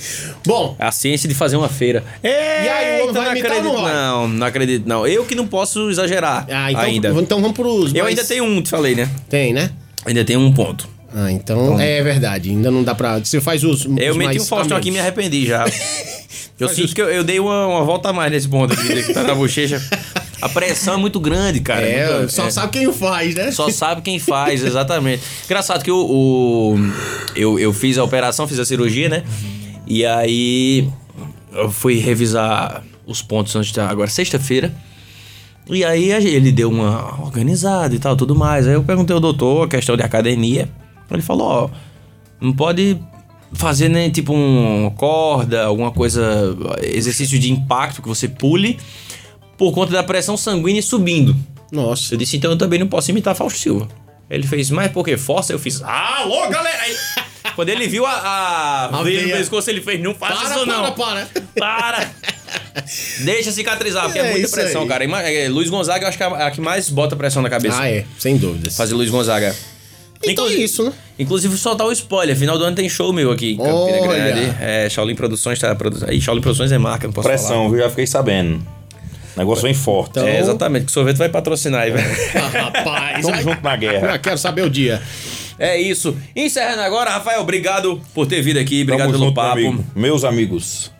Speaker 3: Bom,
Speaker 6: A ciência de fazer uma feira. E
Speaker 3: aí, o homem vai
Speaker 6: não
Speaker 3: imitar ou
Speaker 6: acredito,
Speaker 3: não vai?
Speaker 6: não, não acredito, não. Eu que não posso exagerar
Speaker 3: ah, então,
Speaker 6: ainda.
Speaker 3: então vamos pros.
Speaker 6: Eu
Speaker 3: mais-
Speaker 6: ainda tenho um, te falei, né?
Speaker 3: Tem, né?
Speaker 6: Ainda tenho um ponto.
Speaker 3: Ah, então, é verdade. Ainda não dá pra. Você faz os.
Speaker 6: Eu
Speaker 3: os
Speaker 6: meti
Speaker 3: um mais
Speaker 6: o Faustão aqui e me
Speaker 3: amenos. (laughs)
Speaker 6: arrependi já. Eu sinto que eu, eu dei uma, uma volta a mais nesse ponto aqui, que tá na bochecha. A pressão é muito grande, cara.
Speaker 3: É,
Speaker 6: muito-
Speaker 3: só
Speaker 6: é.
Speaker 3: sabe quem o faz, né?
Speaker 6: Só sabe quem faz, (laughs) exatamente. Engraçado que o, o- eu, eu fiz a operação, fiz a cirurgia, né? E aí eu fui revisar os pontos antes da agora sexta-feira. E aí a gen- ele deu uma organizada e tal, tudo mais. Aí eu perguntei ao doutor a questão de academia. Ele falou, ó, não pode fazer nem tipo um corda, alguma coisa, exercício de impacto que você pule por conta da pressão sanguínea subindo.
Speaker 3: Nossa.
Speaker 6: Eu disse, então eu também não posso imitar Fausto Silva. Ele fez, mas por que força? Eu fiz, alô, galera!
Speaker 3: (laughs)
Speaker 6: Aí, quando ele viu a, a,
Speaker 3: A
Speaker 6: veia no
Speaker 3: veia.
Speaker 6: pescoço, ele fez, não faça
Speaker 3: é. Para,
Speaker 6: isso
Speaker 3: para,
Speaker 6: não.
Speaker 3: para.
Speaker 6: Para! Deixa cicatrizar, porque é,
Speaker 3: É
Speaker 6: muita
Speaker 3: isso
Speaker 6: pressão,
Speaker 3: aí.
Speaker 6: cara. Ima- é, Luiz Gonzaga, eu acho que é a que mais bota pressão na cabeça.
Speaker 3: Ah, é. Sem dúvidas.
Speaker 6: Fazer Luiz Gonzaga.
Speaker 3: Então é
Speaker 6: Inclusive-
Speaker 3: isso,
Speaker 6: (laughs)
Speaker 3: né?
Speaker 6: Inclusive, soltar o spoiler. Final do ano tem show meu aqui em Campina
Speaker 3: Olha.
Speaker 6: Grande. É, Shaolin Produções tá produzindo. Aí, Shaolin Produções é marca, não posso
Speaker 8: Pressão,
Speaker 6: falar.
Speaker 8: viu? Já fiquei sabendo. Negócio vem forte.
Speaker 3: Então-
Speaker 6: É, exatamente, que o sorvete vai patrocinar aí, velho.
Speaker 3: Ah, rapaz.
Speaker 6: Então
Speaker 8: Tamo
Speaker 3: ai,
Speaker 8: junto na guerra.
Speaker 3: eu quero saber o dia.
Speaker 6: É isso. Encerrando agora, Rafael, obrigado por ter vindo aqui, (laughs) obrigado
Speaker 8: Tamo
Speaker 6: pelo
Speaker 8: junto,
Speaker 6: papo.
Speaker 8: amigo. Meus amigos.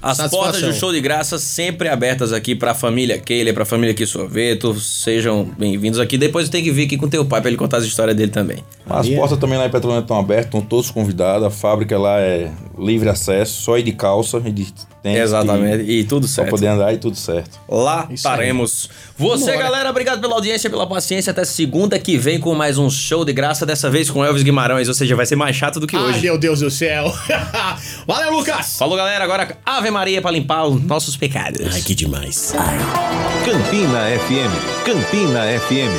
Speaker 6: As
Speaker 3: Satisfação.
Speaker 6: portas do show de graça sempre abertas aqui pra família Keiler, pra família aqui Sorveto. Sejam bem-vindos aqui. Depois tem que vir aqui com teu pai pra ele contar as histórias dele também.
Speaker 8: As portas também lá em Petrolina estão abertas, estão todos convidados. A fábrica lá é livre acesso, só ir de calça e de tênis.
Speaker 6: Exatamente. E tudo
Speaker 8: É, Pra
Speaker 6: certo.
Speaker 8: poder andar e tudo certo.
Speaker 6: Lá estaremos. Você, galera, obrigado pela audiência, pela paciência. Até segunda que vem com mais um show de graça, dessa vez com Elvis Guimarães, ou seja, vai ser mais chato do que
Speaker 3: Ai,
Speaker 6: hoje.
Speaker 3: Ah, meu Deus do céu. (laughs) Valeu, Lucas.
Speaker 6: Falou, galera. Agora Ave Maria pra limpar os nossos pecados.
Speaker 2: Ai, que demais.
Speaker 10: Campina FM. Campina FM.